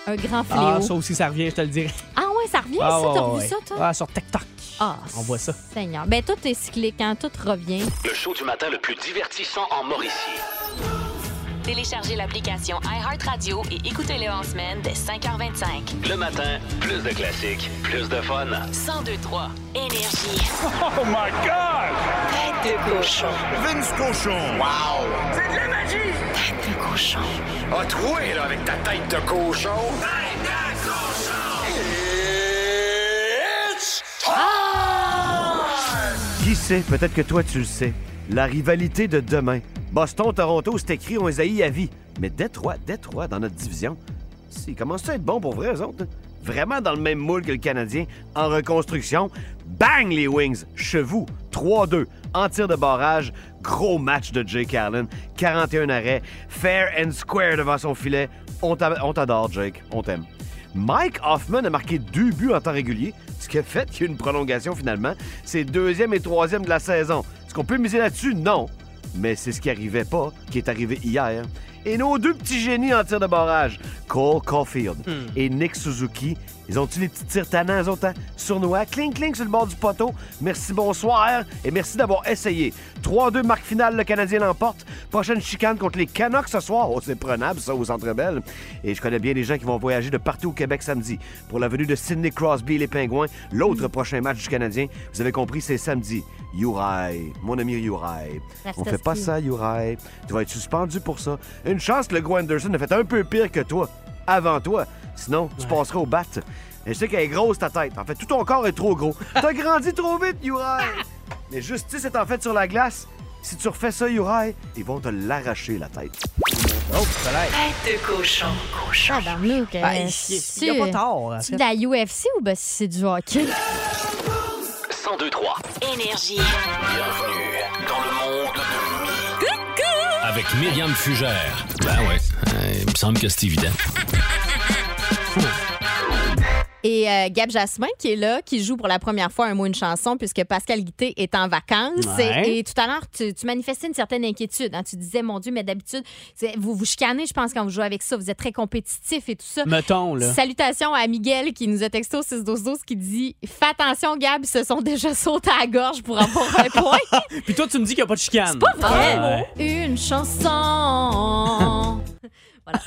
[SPEAKER 5] un grand fléau.
[SPEAKER 9] Ah, ça aussi, ça revient, je te le dirai.
[SPEAKER 5] Ah ouais, ça revient,
[SPEAKER 9] Ah,
[SPEAKER 5] ça? T'as
[SPEAKER 9] ouais,
[SPEAKER 5] revu
[SPEAKER 9] ouais.
[SPEAKER 5] ça, toi?
[SPEAKER 9] Ah, sur TikTok.
[SPEAKER 5] Ah,
[SPEAKER 9] On voit ça.
[SPEAKER 5] Seigneur. Ben, tout est cyclique, quand tout revient.
[SPEAKER 2] Le show du matin le plus divertissant en Mauricie.
[SPEAKER 1] Téléchargez l'application iHeartRadio et écoutez-le en semaine dès 5h25.
[SPEAKER 2] Le matin, plus de classiques, plus de fun.
[SPEAKER 1] 1023 Énergie.
[SPEAKER 2] Oh my God!
[SPEAKER 1] Tête de cochon.
[SPEAKER 7] Vince Cochon. Wow! C'est de la magie! Tête de cochon. A troué, Ah, là, avec ta tête de cochon. Tête de cochon! It's
[SPEAKER 15] Qui sait, peut-être que toi tu le sais. La rivalité de demain. Boston-Toronto, c'est écrit, on les haït à vie. Mais Détroit, Détroit, dans notre division, ils commencent à être bons pour vrai, eux autres. là. Vraiment dans le même moule que le Canadien, en reconstruction. Bang, les Wings! Chevaux, 3-2, en tir de barrage, gros match de Jake Allen, 41 arrêts, fair and square devant son filet. On t'a- on t'adore, Jake, on t'aime. Mike Hoffman a marqué deux buts en temps régulier, ce qui a fait qu'il y a eu une prolongation finalement. C'est deuxième et troisième de la saison. Est-ce qu'on peut miser là-dessus? Non. Mais c'est ce qui arrivait pas, qui est arrivé hier. Et nos deux petits génies en tir de barrage, Cole Caulfield et Nick Suzuki, ils ont-tu les petits tirs tannants, eux autres, hein? Sournois, cling cling sur le bord du poteau. Merci, bonsoir, et merci d'avoir essayé. 3-2, marque finale, le Canadien l'emporte. Prochaine chicane contre les Canucks ce soir. Oh, c'est prenable, ça, aux Centre Bell. Et je connais bien les gens qui vont voyager de partout au Québec samedi pour la venue de Sidney Crosby et les Pingouins, l'autre prochain match du Canadien. Vous avez compris, c'est samedi. Yurai, mon ami Yurai. On fait pas ça, Yurai. Tu vas être suspendu pour ça. Une chance que le gros Anderson a fait un peu pire que toi, avant toi. Sinon, tu passeras au bat. Et je sais qu'elle est grosse, ta tête. En fait, tout ton corps est trop
[SPEAKER 3] [laughs]
[SPEAKER 15] gros. T'as grandi trop vite, Yurai. Mais justice est en fait sur la glace. Si tu refais ça, Yurai, ils vont te l'arracher, la tête. Oh, soleil.
[SPEAKER 1] Tête de cochon. Cochon.
[SPEAKER 5] Ah, ben, nous, que-
[SPEAKER 15] Ben, il y a pas hein. tard, en
[SPEAKER 5] C'est
[SPEAKER 15] fait.
[SPEAKER 5] de la UFC ou ben, c'est du hockey?
[SPEAKER 2] 1023.
[SPEAKER 1] Énergie.
[SPEAKER 2] Bienvenue dans le monde de Mi. Avec Myriam Fugère. Ben ouais, euh, il me semble que c'est évident.
[SPEAKER 5] Et euh, Gab Jasmin qui est là, qui joue pour la première fois un mot, une chanson, puisque Pascal Guité est en vacances.
[SPEAKER 10] Ouais.
[SPEAKER 5] Et, et tout à l'heure, tu, tu manifestais une certaine inquiétude. hein. Tu disais, mon Dieu, mais d'habitude, c'est- vous vous chicanez, je pense, quand vous jouez avec ça. Vous êtes très compétitif et tout ça.
[SPEAKER 9] Mettons, là.
[SPEAKER 5] Salutations à Miguel qui nous a texté au 612 qui dit Fais attention, Gab, ils se sont déjà sautés à la gorge pour avoir un
[SPEAKER 9] [laughs]
[SPEAKER 5] point.
[SPEAKER 9] Puis toi, tu me dis qu'il n'y a pas de chicane. C'est
[SPEAKER 5] pas vrai. Une chanson.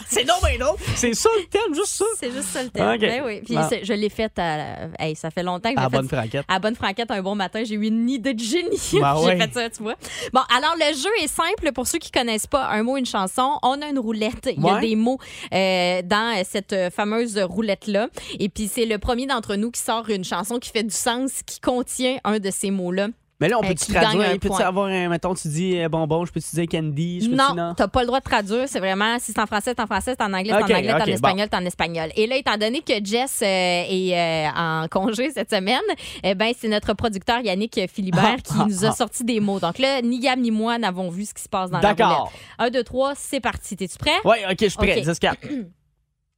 [SPEAKER 9] C'est non, mais non. C'est ça le thème, juste ça.
[SPEAKER 5] C'est juste ça le thème.
[SPEAKER 9] Ok.
[SPEAKER 5] Ben oui. Puis
[SPEAKER 9] Ah.
[SPEAKER 5] c'est- je l'ai faite à. hey, ça fait longtemps que
[SPEAKER 9] À Ah,
[SPEAKER 5] j'ai fait
[SPEAKER 9] bonne franquette.
[SPEAKER 5] À bonne franquette, un bon matin, j'ai eu une idée de génie. [laughs]
[SPEAKER 10] Ben
[SPEAKER 5] j'ai
[SPEAKER 10] ouais.
[SPEAKER 5] fait ça, tu vois. Bon, alors le jeu est simple pour ceux qui connaissent pas un mot, une chanson. On a une roulette. Il y a
[SPEAKER 10] Ouais.
[SPEAKER 5] des mots euh, dans euh, cette euh, fameuse roulette là. Et puis c'est le premier d'entre nous qui sort une chanson qui fait du sens, qui contient un de ces mots là.
[SPEAKER 9] Mais là, on
[SPEAKER 5] Euh,
[SPEAKER 9] peut-tu
[SPEAKER 5] qui gagne un
[SPEAKER 9] traduire? Peux-tu
[SPEAKER 5] point.
[SPEAKER 9] avoir un, mettons, tu dis euh, bonbon, je peux-tu dire candy? Je peux-tu-
[SPEAKER 5] Non, t'as pas le droit de traduire. C'est vraiment si c'est en français, c'est en français, c'est en anglais, c'est
[SPEAKER 9] Ok,
[SPEAKER 5] en anglais, c'est
[SPEAKER 9] ok,
[SPEAKER 5] en espagnol,
[SPEAKER 9] bon.
[SPEAKER 5] c'est en espagnol. Et là, étant donné que Jess euh, est euh, en congé cette semaine, eh ben c'est notre producteur Yannick Philibert qui
[SPEAKER 10] ah,
[SPEAKER 9] [laughs]
[SPEAKER 5] nous a
[SPEAKER 10] ah.
[SPEAKER 5] sorti des mots. Donc là, ni Gab ni moi n'avons vu ce qui se passe dans la
[SPEAKER 9] D'accord.
[SPEAKER 5] roulette. Un, deux, trois, c'est parti. T'es-tu prêt?
[SPEAKER 9] Oui, OK, je suis prêt.
[SPEAKER 5] Ok.
[SPEAKER 9] 10 4.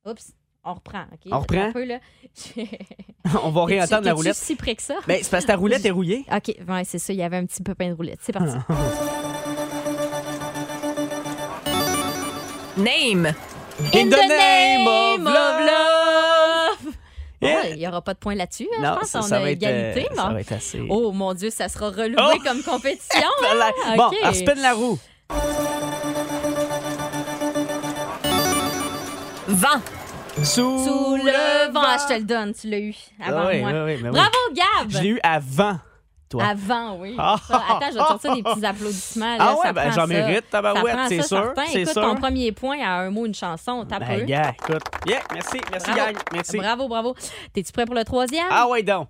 [SPEAKER 5] Oups, on reprend. ok?
[SPEAKER 9] On reprend?
[SPEAKER 5] Un peu, là.
[SPEAKER 9] [laughs]
[SPEAKER 5] [laughs]
[SPEAKER 9] On va réentendre
[SPEAKER 5] T'es-tu-
[SPEAKER 9] la roulette.
[SPEAKER 5] t'es-tu si près que ça?
[SPEAKER 9] Ben, c'est parce que ta roulette est rouillée.
[SPEAKER 5] OK, ouais, c'est ça. Il y avait un petit peu pain de roulette. C'est
[SPEAKER 9] [laughs]
[SPEAKER 5] parti.
[SPEAKER 1] Name.
[SPEAKER 5] In the name of love. Ouais, Il n'y aura pas de point là-dessus. hein,
[SPEAKER 9] Non,
[SPEAKER 5] je pense
[SPEAKER 9] ça-
[SPEAKER 5] qu'on
[SPEAKER 9] ça
[SPEAKER 5] a
[SPEAKER 9] va être,
[SPEAKER 5] égalité.
[SPEAKER 9] euh, ça
[SPEAKER 5] bon.
[SPEAKER 9] va être assez.
[SPEAKER 5] Oh mon Dieu, ça sera relevé
[SPEAKER 9] Oh! [laughs]
[SPEAKER 5] comme compétition.
[SPEAKER 9] Voilà.
[SPEAKER 5] hein?
[SPEAKER 9] Bon,
[SPEAKER 5] OK.
[SPEAKER 9] on spin la roue.
[SPEAKER 5] Vent.
[SPEAKER 9] Sous,
[SPEAKER 5] Sous le vent. Ah, je te le donne, tu l'as eu avant
[SPEAKER 9] Ah oui,
[SPEAKER 5] moi.
[SPEAKER 9] oui, oui, mais oui.
[SPEAKER 5] Bravo, Gab!
[SPEAKER 9] Je l'ai eu avant, toi.
[SPEAKER 5] Avant, oui.
[SPEAKER 9] Ah!
[SPEAKER 5] Ça, attends, je vais te sortir des petits applaudissements. là,
[SPEAKER 9] Ah ouais,
[SPEAKER 5] ça
[SPEAKER 9] ben,
[SPEAKER 5] prend
[SPEAKER 9] j'en
[SPEAKER 5] ça.
[SPEAKER 9] mérite, tabarouette,
[SPEAKER 5] Ça prend
[SPEAKER 9] c'est
[SPEAKER 5] ça,
[SPEAKER 9] sûr,
[SPEAKER 5] certain.
[SPEAKER 9] c'est
[SPEAKER 5] Écoute,
[SPEAKER 9] sûr.
[SPEAKER 5] ton premier point à un mot, une chanson, t'as
[SPEAKER 9] Ben,
[SPEAKER 5] peu.
[SPEAKER 9] gars, écoute. Yeah, merci, merci,
[SPEAKER 5] Bravo.
[SPEAKER 9] gang. Merci.
[SPEAKER 5] Bravo, bravo. T'es-tu prêt pour le troisième?
[SPEAKER 9] Ah ouais, donc.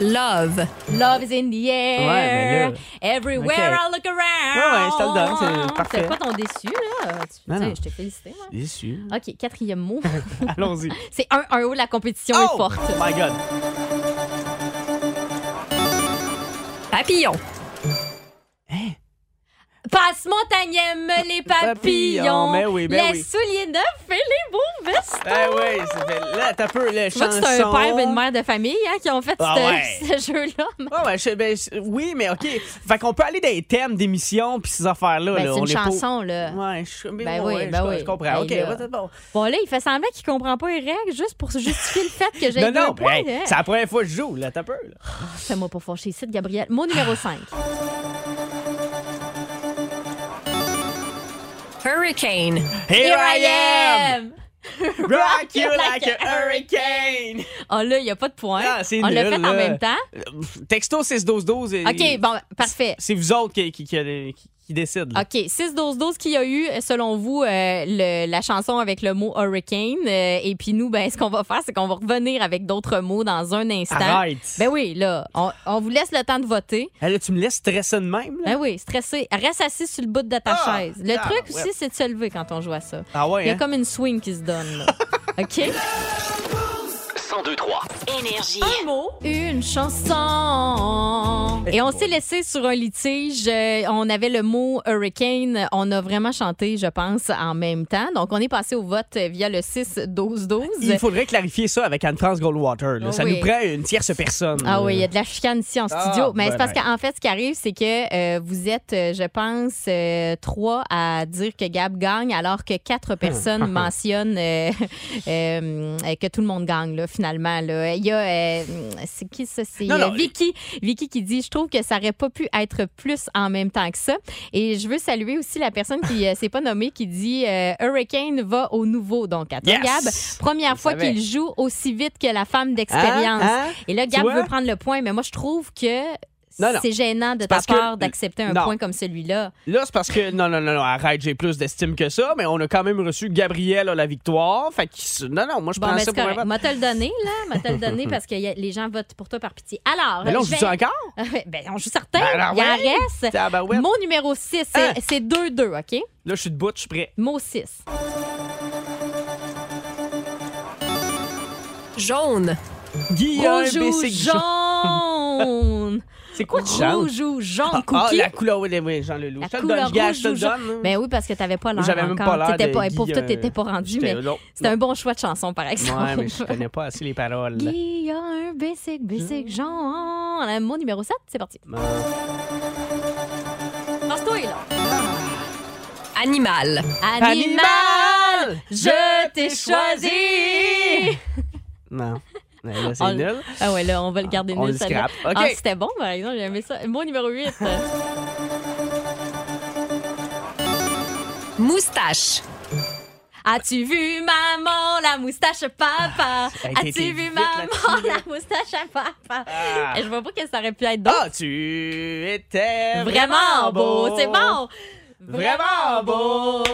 [SPEAKER 5] Love. Love is in the air.
[SPEAKER 9] Ouais, mais là-
[SPEAKER 5] Everywhere
[SPEAKER 9] Ok.
[SPEAKER 5] I look around.
[SPEAKER 9] Ouais, ouais, je te le donne, c'est parfait.
[SPEAKER 5] pas ton déçu, là. Tu-
[SPEAKER 9] Non,
[SPEAKER 5] tu sais,
[SPEAKER 9] non.
[SPEAKER 5] Je t'ai félicité, moi.
[SPEAKER 9] Déçu.
[SPEAKER 5] OK, quatrième mot. [laughs]
[SPEAKER 9] Allons-y.
[SPEAKER 5] C'est un, un haut, la compétition est
[SPEAKER 9] Oh
[SPEAKER 5] Ah forte.
[SPEAKER 9] my God.
[SPEAKER 5] Papillon.
[SPEAKER 9] Hein?
[SPEAKER 5] Passe montagnème les papillons.
[SPEAKER 9] Papillons, mais oui, mais
[SPEAKER 5] les
[SPEAKER 9] oui.
[SPEAKER 5] souliers neufs et les beaux vestons.
[SPEAKER 9] Ah ouais, ça fait- là, t'as peu le
[SPEAKER 5] Je
[SPEAKER 9] chanson.
[SPEAKER 5] vois que c'est un père et une mère de famille hein, qui ont fait
[SPEAKER 9] Ah
[SPEAKER 5] ce,
[SPEAKER 9] ouais.
[SPEAKER 5] ce jeu-là.
[SPEAKER 9] Ouais, ouais, je- ben, je- oui, mais OK. Fait qu'on peut aller dans les thèmes d'émissions puis ces affaires-là.
[SPEAKER 5] Ben,
[SPEAKER 9] là,
[SPEAKER 5] c'est
[SPEAKER 9] on
[SPEAKER 5] une
[SPEAKER 9] les pose.
[SPEAKER 5] chanson, là.
[SPEAKER 9] Ouais, je, mais
[SPEAKER 5] ben
[SPEAKER 9] ouais,
[SPEAKER 5] oui,
[SPEAKER 9] ouais,
[SPEAKER 5] ben
[SPEAKER 9] je-
[SPEAKER 5] oui.
[SPEAKER 9] je comprends.
[SPEAKER 5] Ben
[SPEAKER 9] OK,
[SPEAKER 5] là.
[SPEAKER 9] ouais, c'est bon.
[SPEAKER 5] Bon, là, il fait semblant qu'il comprend pas les règles juste pour se justifier le fait que j'ai
[SPEAKER 9] Non,
[SPEAKER 5] deux
[SPEAKER 9] non,
[SPEAKER 5] points.
[SPEAKER 9] ben, hey,
[SPEAKER 5] hein.
[SPEAKER 9] c'est la première fois que je joue, là, t'as peu. là.
[SPEAKER 5] Ah, Fais-moi pas fâcher ici, Gabriel. Mot
[SPEAKER 9] Ah.
[SPEAKER 5] numéro 5. Hurricane.
[SPEAKER 9] Here I
[SPEAKER 5] am.
[SPEAKER 9] Rock you like a hurricane.
[SPEAKER 5] Oh là, il n'y a pas de point.
[SPEAKER 9] Ah, c'est
[SPEAKER 5] On l'a
[SPEAKER 9] nul,
[SPEAKER 5] fait en
[SPEAKER 9] là.
[SPEAKER 5] même temps.
[SPEAKER 9] Euh, pff, Texto 6-12-12. et-
[SPEAKER 5] OK, bon, parfait.
[SPEAKER 9] C'est vous autres qui, qui, qui, qui- qui décident. là.
[SPEAKER 5] OK, 6-12-12 qui a eu, selon vous, euh, le- la chanson avec le mot hurricane. Euh, et puis nous, ben, ce qu'on va faire, c'est qu'on va revenir avec d'autres mots dans un instant.
[SPEAKER 9] Arrête.
[SPEAKER 5] Ben oui, là, on, on vous laisse le temps de voter.
[SPEAKER 9] Hey, là, tu me laisses stresser de même, là?
[SPEAKER 5] Ben oui, stressé. Reste assis sur le bout de ta
[SPEAKER 9] Ah,
[SPEAKER 5] chaise. Le
[SPEAKER 9] ah,
[SPEAKER 5] truc
[SPEAKER 9] ouais.
[SPEAKER 5] aussi, c'est de se lever quand on joue à ça.
[SPEAKER 9] Ah ouais,
[SPEAKER 5] Il y a
[SPEAKER 9] hein?
[SPEAKER 5] comme une swing qui se
[SPEAKER 9] [laughs]
[SPEAKER 5] donne, là. OK?
[SPEAKER 1] 102 3. Énergie.
[SPEAKER 5] Un mot, une chanson. Et on s'est laissé sur un litige. Euh, On avait le mot hurricane. On a vraiment chanté, je pense, en même temps. Donc, on est passé au vote via le 6-12-12.
[SPEAKER 9] Il faudrait clarifier ça avec Anne-France Goldwater. là. Ça
[SPEAKER 5] Ah Oui.
[SPEAKER 9] nous prend une tierce personne.
[SPEAKER 5] Ah
[SPEAKER 14] Euh,
[SPEAKER 5] oui, il y
[SPEAKER 9] là.
[SPEAKER 5] a de la chicane ici en
[SPEAKER 9] Ah,
[SPEAKER 5] studio. Mais
[SPEAKER 9] ben,
[SPEAKER 5] c'est parce
[SPEAKER 9] ben.
[SPEAKER 5] qu'en fait, ce qui arrive, c'est que euh, vous êtes, euh, je pense, euh, trois à dire que Gab gagne, alors que
[SPEAKER 14] Hmm. [laughs]
[SPEAKER 5] quatre personnes mentionnent euh, [laughs] euh, euh, que tout le monde gagne, là, finalement. là. Il y a. euh, c'est qui ça? C'est
[SPEAKER 14] Non, non,
[SPEAKER 5] euh, Vicky. Vicky qui dit Je trouve que ça aurait pas pu être plus en même temps que ça. Et je veux saluer aussi la personne qui euh, s'est pas nommée qui dit euh, Hurricane va au nouveau. Donc, à toi,
[SPEAKER 14] Yes!
[SPEAKER 5] Gab. Première fois
[SPEAKER 14] savais. Ah,
[SPEAKER 5] qu'il joue aussi vite que la femme d'expérience.
[SPEAKER 9] Hein? Hein?
[SPEAKER 5] Et là,
[SPEAKER 9] Tu
[SPEAKER 5] Gab
[SPEAKER 9] vois?
[SPEAKER 5] veut prendre le point, mais moi, je trouve que
[SPEAKER 9] Non, non.
[SPEAKER 5] c'est gênant de
[SPEAKER 9] C'est
[SPEAKER 5] ta
[SPEAKER 9] parce que-
[SPEAKER 5] part d'accepter un
[SPEAKER 9] Non.
[SPEAKER 5] point comme celui-là.
[SPEAKER 9] Là, c'est parce que. Non, non, non, non, arrête, j'ai plus d'estime que ça, mais on a quand même reçu Gabriel à la victoire. Fait que. Non, non, moi, je
[SPEAKER 5] Bon,
[SPEAKER 9] prends
[SPEAKER 5] mais
[SPEAKER 9] ça
[SPEAKER 5] c'est
[SPEAKER 9] pour un
[SPEAKER 5] correct.
[SPEAKER 9] vote.
[SPEAKER 5] M'a te le donné, là. M'a te le donné parce que y a- les gens votent pour toi par pitié. Alors.
[SPEAKER 9] Mais là, on
[SPEAKER 5] je
[SPEAKER 9] joue-tu
[SPEAKER 5] [laughs]
[SPEAKER 9] encore?
[SPEAKER 5] ben, on joue certain.
[SPEAKER 9] Ben, alors,
[SPEAKER 5] Il en
[SPEAKER 9] ouais.
[SPEAKER 5] reste.
[SPEAKER 9] Tabarouette.
[SPEAKER 5] Mon numéro 6, c'est
[SPEAKER 9] Hein?
[SPEAKER 5] c'est 2-2, OK?
[SPEAKER 9] Là, je suis debout, je suis prêt.
[SPEAKER 5] Mot 6.
[SPEAKER 14] Jaune.
[SPEAKER 9] Guillaume
[SPEAKER 5] Rouge ou
[SPEAKER 9] Bessic-
[SPEAKER 5] jaune.
[SPEAKER 9] C'est [laughs] quoi, tu chantes?
[SPEAKER 5] Rouge ou jaune,
[SPEAKER 9] Ah, Ah,
[SPEAKER 5] cookie.
[SPEAKER 9] la couleur, oui, oui, Jean Leloup.
[SPEAKER 5] La
[SPEAKER 9] je te le
[SPEAKER 5] couleur
[SPEAKER 9] donne, je gage, je
[SPEAKER 5] rouge
[SPEAKER 9] te le
[SPEAKER 5] ou jaune.
[SPEAKER 9] donne.
[SPEAKER 5] Ben oui, parce que t'avais pas l'air
[SPEAKER 9] J'avais même
[SPEAKER 5] encore.
[SPEAKER 9] pas l'air
[SPEAKER 5] T'étais
[SPEAKER 9] de
[SPEAKER 5] pas- Pour
[SPEAKER 9] Guy,
[SPEAKER 5] toi,
[SPEAKER 9] euh,
[SPEAKER 5] t'étais pas rendu,
[SPEAKER 9] j'étais-
[SPEAKER 5] mais
[SPEAKER 9] non.
[SPEAKER 5] c'était un bon choix de chanson, par exemple.
[SPEAKER 9] Ouais, mais je connais pas assez les paroles.
[SPEAKER 5] Guillaume, Bessic, Bessic, Jean. Le Mot numéro 7, c'est parti. Lance-toi, là.
[SPEAKER 14] Animal.
[SPEAKER 5] Animal, je t'ai choisi.
[SPEAKER 9] Non. Ben, Là,
[SPEAKER 5] On-
[SPEAKER 9] c'est nul.
[SPEAKER 5] Ah ouais, là, on va le garder
[SPEAKER 9] On
[SPEAKER 5] nul,
[SPEAKER 9] le
[SPEAKER 5] celle-là.
[SPEAKER 9] scrape.
[SPEAKER 5] Ah,
[SPEAKER 9] OK.
[SPEAKER 5] c'était bon, par exemple, j'aimais ça. Mot numéro 8. Moustache. As-tu vu maman la moustache à papa?
[SPEAKER 14] Hey, t'es- t'es
[SPEAKER 5] As-tu vu
[SPEAKER 14] vite
[SPEAKER 5] maman la moustache à papa?
[SPEAKER 9] Ah.
[SPEAKER 5] Et Je vois pas que ça aurait pu être d'autre.
[SPEAKER 9] Ah, tu étais
[SPEAKER 5] Vraiment beau, c'est bon.
[SPEAKER 9] Vraiment beau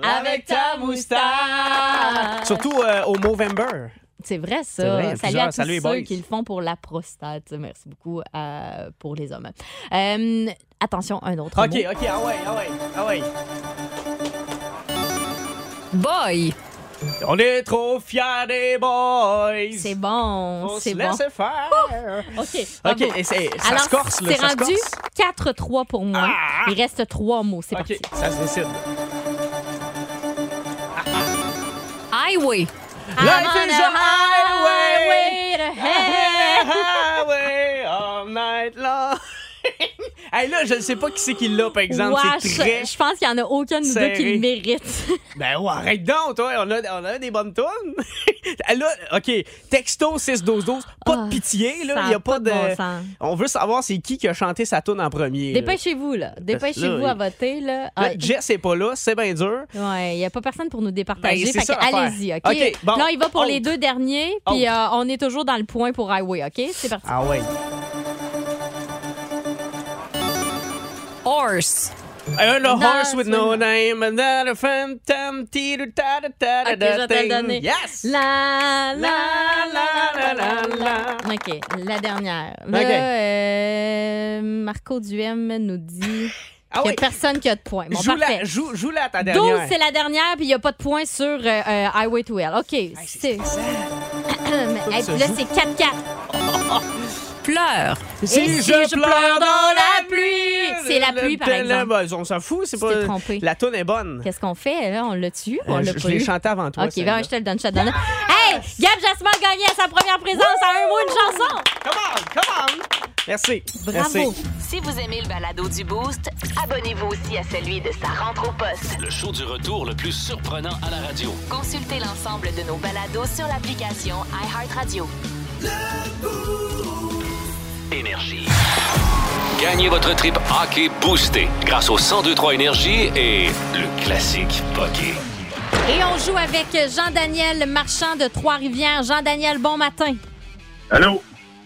[SPEAKER 5] avec ta moustache.
[SPEAKER 9] Surtout euh, au Movember.
[SPEAKER 5] C'est vrai,
[SPEAKER 9] C'est
[SPEAKER 5] ça.
[SPEAKER 9] vrai, il y a
[SPEAKER 5] salut à
[SPEAKER 9] plusieurs.
[SPEAKER 5] tous
[SPEAKER 9] Salut, les
[SPEAKER 5] ceux
[SPEAKER 9] boys.
[SPEAKER 5] qui le font pour la prostate. Merci beaucoup euh, pour les hommes. Euh, attention, un autre
[SPEAKER 9] OK,
[SPEAKER 5] mot.
[SPEAKER 9] OK, ah ouais, ah ouais, ah ouais.
[SPEAKER 5] Boy.
[SPEAKER 9] On est trop fiers des boys.
[SPEAKER 5] C'est bon,
[SPEAKER 9] On
[SPEAKER 5] c'est
[SPEAKER 9] se
[SPEAKER 5] bon.
[SPEAKER 9] laisse faire.
[SPEAKER 5] OK.
[SPEAKER 9] OK,
[SPEAKER 5] bravo.
[SPEAKER 9] et c'est- ça
[SPEAKER 5] Alors,
[SPEAKER 9] se corse, là,
[SPEAKER 5] c'est
[SPEAKER 9] ça se
[SPEAKER 5] rendu
[SPEAKER 9] corse. Ah!
[SPEAKER 5] 4-3 pour moi. Il reste trois mots, c'est
[SPEAKER 9] OK,
[SPEAKER 5] parti.
[SPEAKER 9] ça se décide.
[SPEAKER 14] Highway.
[SPEAKER 9] Life is a highway. Ah,
[SPEAKER 5] highway to hell.
[SPEAKER 9] Highway all night long. [laughs] Hey, là, je ne sais pas qui c'est qui l'a, par exemple.
[SPEAKER 5] Wesh,
[SPEAKER 9] c'est très.
[SPEAKER 5] je pense qu'il n'y en a aucun de nous deux qui
[SPEAKER 9] serré.
[SPEAKER 5] le mérite.
[SPEAKER 9] Ben ouais, arrête donc, toi, on a, on a des bonnes tonnes. [laughs] là, OK, texto 6-12-12, pas de pitié,
[SPEAKER 5] Ah, ça
[SPEAKER 9] là,
[SPEAKER 5] a
[SPEAKER 9] il y a
[SPEAKER 5] pas
[SPEAKER 9] pas
[SPEAKER 5] de
[SPEAKER 9] de...
[SPEAKER 5] bon sens.
[SPEAKER 9] On veut savoir c'est qui qui a chanté sa tune en premier. là.
[SPEAKER 5] Dépêchez-vous, là. Dépêchez-vous
[SPEAKER 9] là,
[SPEAKER 5] à voter, là.
[SPEAKER 9] Là,
[SPEAKER 5] Ah,
[SPEAKER 9] Jess est pas là, c'est bien dur.
[SPEAKER 5] Ouais, il n'y a pas personne pour nous départager.
[SPEAKER 9] Ben, c'est
[SPEAKER 5] fait
[SPEAKER 9] ça
[SPEAKER 5] que
[SPEAKER 9] l'affaire.
[SPEAKER 5] allez-y, OK?
[SPEAKER 9] OK, bon.
[SPEAKER 5] Là, il va pour les
[SPEAKER 9] Honte.
[SPEAKER 5] deux derniers, puis euh, on est toujours dans le point pour Highway, OK? C'est parti.
[SPEAKER 9] Ah ouais.
[SPEAKER 5] Horse.
[SPEAKER 9] Un
[SPEAKER 5] Non,
[SPEAKER 9] horse with
[SPEAKER 5] c'est
[SPEAKER 9] no
[SPEAKER 5] non.
[SPEAKER 9] name, another phantom, tiru ta da ta da
[SPEAKER 5] OK, je vais
[SPEAKER 9] da
[SPEAKER 5] te le
[SPEAKER 9] ting.
[SPEAKER 5] donner.
[SPEAKER 9] Yes!
[SPEAKER 5] La, la, la, la, la, la. OK, la dernière. Là,
[SPEAKER 9] OK.
[SPEAKER 5] euh, Marco Duhem nous dit
[SPEAKER 9] Ah
[SPEAKER 5] qu'il n'y a
[SPEAKER 9] oui.
[SPEAKER 5] personne qui a de points. Bon, parfait.
[SPEAKER 9] Joue-la, joue, joue-la ta
[SPEAKER 5] 12,
[SPEAKER 9] dernière.
[SPEAKER 5] c'est la dernière, puis il n'y a pas de points sur euh, euh, Highway to Hell. OK, c'est... [coughs] Mais, hey,
[SPEAKER 9] se
[SPEAKER 5] puis là,
[SPEAKER 9] joue.
[SPEAKER 5] c'est 4-4.
[SPEAKER 9] [laughs]
[SPEAKER 5] Pleure.
[SPEAKER 9] Si
[SPEAKER 5] Et
[SPEAKER 9] je pleure dans la
[SPEAKER 5] pluie. C'est la pluie, par
[SPEAKER 9] Tellement-
[SPEAKER 5] exemple.
[SPEAKER 9] Ben, on s'en fout, c'est
[SPEAKER 5] Tu
[SPEAKER 9] pas.
[SPEAKER 5] t'es trompé.
[SPEAKER 9] La tune est bonne.
[SPEAKER 5] Qu'est-ce qu'on fait, là? On l'a tué ou
[SPEAKER 9] Euh,
[SPEAKER 5] on l'a
[SPEAKER 9] je-
[SPEAKER 5] pas
[SPEAKER 9] je l'ai
[SPEAKER 5] eu?
[SPEAKER 9] chanté avant toi,
[SPEAKER 5] OK,
[SPEAKER 9] celle-là.
[SPEAKER 5] ben, je te le donne, je te le donne. Hey! Gab Jasmin a gagné à sa première présence à un mot, une chanson!
[SPEAKER 9] Merci.
[SPEAKER 1] Bravo.
[SPEAKER 9] Merci.
[SPEAKER 1] Si vous aimez le balado du Boost, abonnez-vous aussi à celui de sa rentre au poste.
[SPEAKER 2] Le show du retour le plus surprenant à la radio.
[SPEAKER 1] Consultez l'ensemble de nos balados sur l'application iHeartRadio.
[SPEAKER 2] Énergie. Gagnez votre trip hockey boosté grâce au 1023 Énergie et le classique hockey.
[SPEAKER 5] Et on joue avec Jean-Daniel Marchand de Trois-Rivières. Jean-Daniel, bon matin.
[SPEAKER 12] Allô?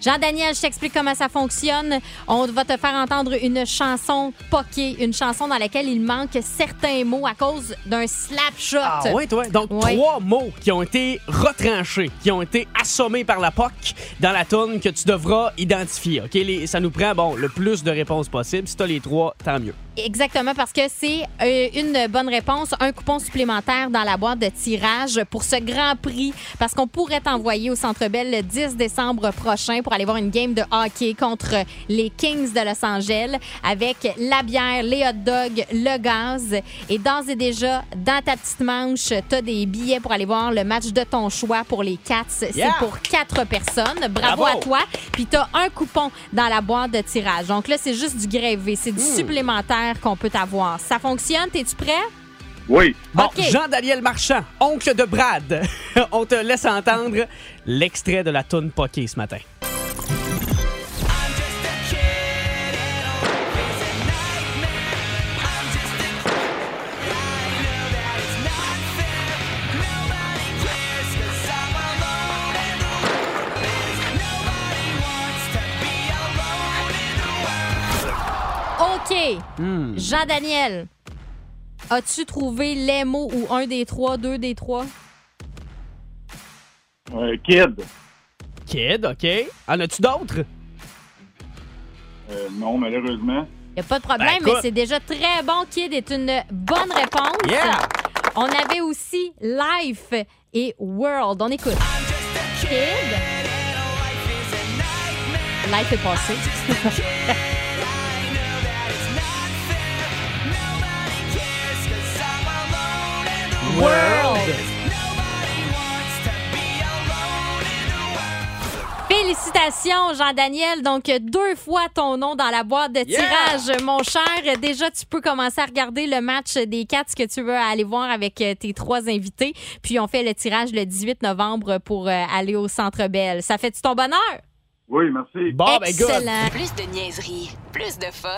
[SPEAKER 5] Jean-Daniel, je t'explique comment ça fonctionne. On va te faire entendre une chanson poquée, une chanson dans laquelle il manque certains mots à cause d'un slap shot.
[SPEAKER 9] Ah ouais, toi. Donc,
[SPEAKER 5] Ouais.
[SPEAKER 9] trois mots qui ont été retranchés, qui ont été assommés par la POC dans la toune que tu devras identifier. OK? Les- ça nous prend, bon, le plus de réponses possible. Si t'as les trois, tant mieux.
[SPEAKER 5] Exactement, parce que c'est euh, une bonne réponse, un coupon supplémentaire dans la boîte de tirage pour ce grand prix, parce qu'on pourrait t'envoyer au Centre Bell le 10 décembre prochain pour aller voir une game de hockey contre les Kings de Los Angeles avec la bière, les hot dogs, le gaz. Et d'ores et déjà, dans ta petite manche, t'as des billets pour aller voir le match de ton choix pour les Cats.
[SPEAKER 14] Yeah!
[SPEAKER 5] C'est pour quatre personnes.
[SPEAKER 12] Ah
[SPEAKER 5] Bravo,
[SPEAKER 14] Bravo!
[SPEAKER 5] à toi. Puis t'as un coupon dans la boîte de tirage. Donc là, c'est juste du grévé, c'est du
[SPEAKER 9] Hmm.
[SPEAKER 5] supplémentaire qu'on peut avoir. Ça fonctionne, es-tu prêt?
[SPEAKER 12] Oui.
[SPEAKER 9] Bon,
[SPEAKER 5] OK.
[SPEAKER 9] Jean-Daniel Marchand, oncle de Brad, [laughs] on te laisse entendre l'extrait de la toune poquée ce matin.
[SPEAKER 5] OK.
[SPEAKER 12] Hmm.
[SPEAKER 5] Jean-Daniel, as-tu trouvé les mots ou un des trois, deux des trois?
[SPEAKER 12] Euh, kid.
[SPEAKER 9] Kid, OK. En as-tu d'autres?
[SPEAKER 12] Euh, non, malheureusement.
[SPEAKER 5] Il a pas de problème,
[SPEAKER 12] Ben, écoute.
[SPEAKER 5] mais c'est déjà très bon. Kid est une bonne réponse.
[SPEAKER 12] Yeah!
[SPEAKER 5] On avait aussi Life et World. On écoute. Kid. Life est passé.
[SPEAKER 9] World.
[SPEAKER 5] Félicitations, Jean-Daniel. Donc, deux fois ton nom dans la boîte de
[SPEAKER 14] Yeah!
[SPEAKER 5] tirage, mon cher. Déjà, tu peux commencer à regarder le match des Cats que tu veux aller voir avec euh, tes trois invités. Puis, on fait le tirage le 18 novembre pour euh, aller au Centre Bell. Ça fait-tu ton bonheur?
[SPEAKER 12] Oui, merci.
[SPEAKER 1] Ah,
[SPEAKER 9] Bon,
[SPEAKER 1] ben,
[SPEAKER 9] ben,
[SPEAKER 5] Excellent.
[SPEAKER 1] Plus de niaiserie, plus de fun.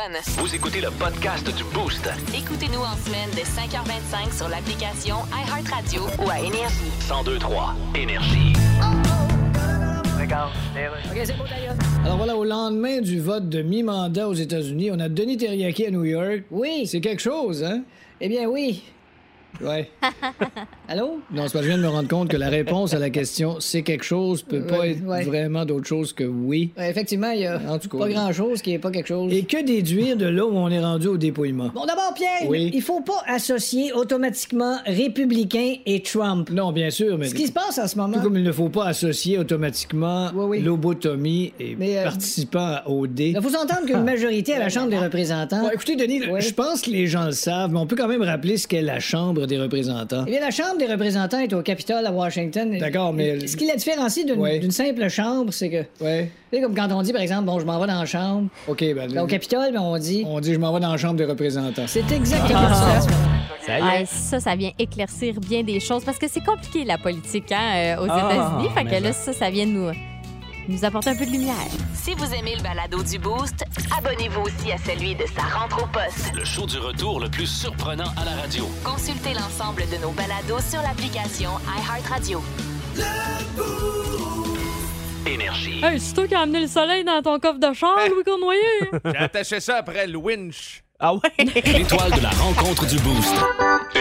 [SPEAKER 2] Vous écoutez le podcast du Boost.
[SPEAKER 1] Écoutez-nous en semaine de 5h25 sur l'application iHeartRadio ou à Énergie.
[SPEAKER 2] 1023 Énergie.
[SPEAKER 3] Alors voilà, au lendemain du vote de mi-mandat aux États-Unis, on a Denis Terriaki à New York. Oui. C'est quelque chose, hein?
[SPEAKER 4] Eh bien, oui.
[SPEAKER 3] Ouais.
[SPEAKER 4] Allô?
[SPEAKER 3] Non, c'est parce que je viens de me rendre compte que la réponse à la question c'est quelque chose peut pas
[SPEAKER 4] Ouais,
[SPEAKER 3] être
[SPEAKER 4] ouais.
[SPEAKER 3] vraiment d'autre chose que oui.
[SPEAKER 4] Ouais, Effectivement, il y a
[SPEAKER 3] En tout cas.
[SPEAKER 4] pas grand-chose qui est pas quelque chose.
[SPEAKER 3] Et que déduire de là où on est rendu au dépouillement?
[SPEAKER 4] Bon, d'abord, Pierre,
[SPEAKER 3] Oui.
[SPEAKER 4] il faut pas associer automatiquement républicain et Trump.
[SPEAKER 3] Non, bien sûr, mais.
[SPEAKER 4] Ce qui se passe en ce moment.
[SPEAKER 3] Tout comme il ne faut pas associer automatiquement lobotomie et
[SPEAKER 4] Mais, euh,
[SPEAKER 3] participant au dé.
[SPEAKER 4] Il faut s'entendre qu'une majorité à la Chambre des représentants.
[SPEAKER 3] Ah. écoutez, Denis,
[SPEAKER 4] Ouais.
[SPEAKER 3] je pense que les gens le savent, mais on peut quand même rappeler ce qu'est la Chambre Chambre des représentants.
[SPEAKER 4] Eh bien, la Chambre des représentants est au Capitole à Washington.
[SPEAKER 3] D'accord, mais-
[SPEAKER 4] Ce qui la différencie d'une
[SPEAKER 3] Ouais.
[SPEAKER 4] d'une simple chambre, c'est que.
[SPEAKER 3] Ouais.
[SPEAKER 4] C'est comme quand on dit, par exemple, bon, je m'en vais dans la chambre.
[SPEAKER 3] OK, ben.
[SPEAKER 4] Au Capitole, ben, on dit.
[SPEAKER 3] On dit, je m'en vais dans la Chambre des représentants.
[SPEAKER 4] C'est exactement ça.
[SPEAKER 3] Ça y est.
[SPEAKER 5] Ouais, ça, ça vient éclaircir bien des choses parce que c'est compliqué la politique hein, euh, aux
[SPEAKER 1] Ah,
[SPEAKER 5] États-Unis. Fait
[SPEAKER 1] mais
[SPEAKER 5] que là, ça, ça vient nous, nous apporter un peu de lumière.
[SPEAKER 1] Si vous aimez le balado du Boost, abonnez-vous aussi à celui de sa rentre au poste.
[SPEAKER 2] Le show du retour le plus surprenant à la radio.
[SPEAKER 1] Consultez l'ensemble de nos balados sur l'application iHeartRadio.
[SPEAKER 2] Énergie.
[SPEAKER 5] Hey, c'est toi qui as amené le soleil dans ton coffre de char, Louis
[SPEAKER 1] [laughs]
[SPEAKER 5] Cournoyer.
[SPEAKER 10] J'ai attaché ça après le winch.
[SPEAKER 9] Ah ouais?
[SPEAKER 2] L'étoile de la rencontre du Boost.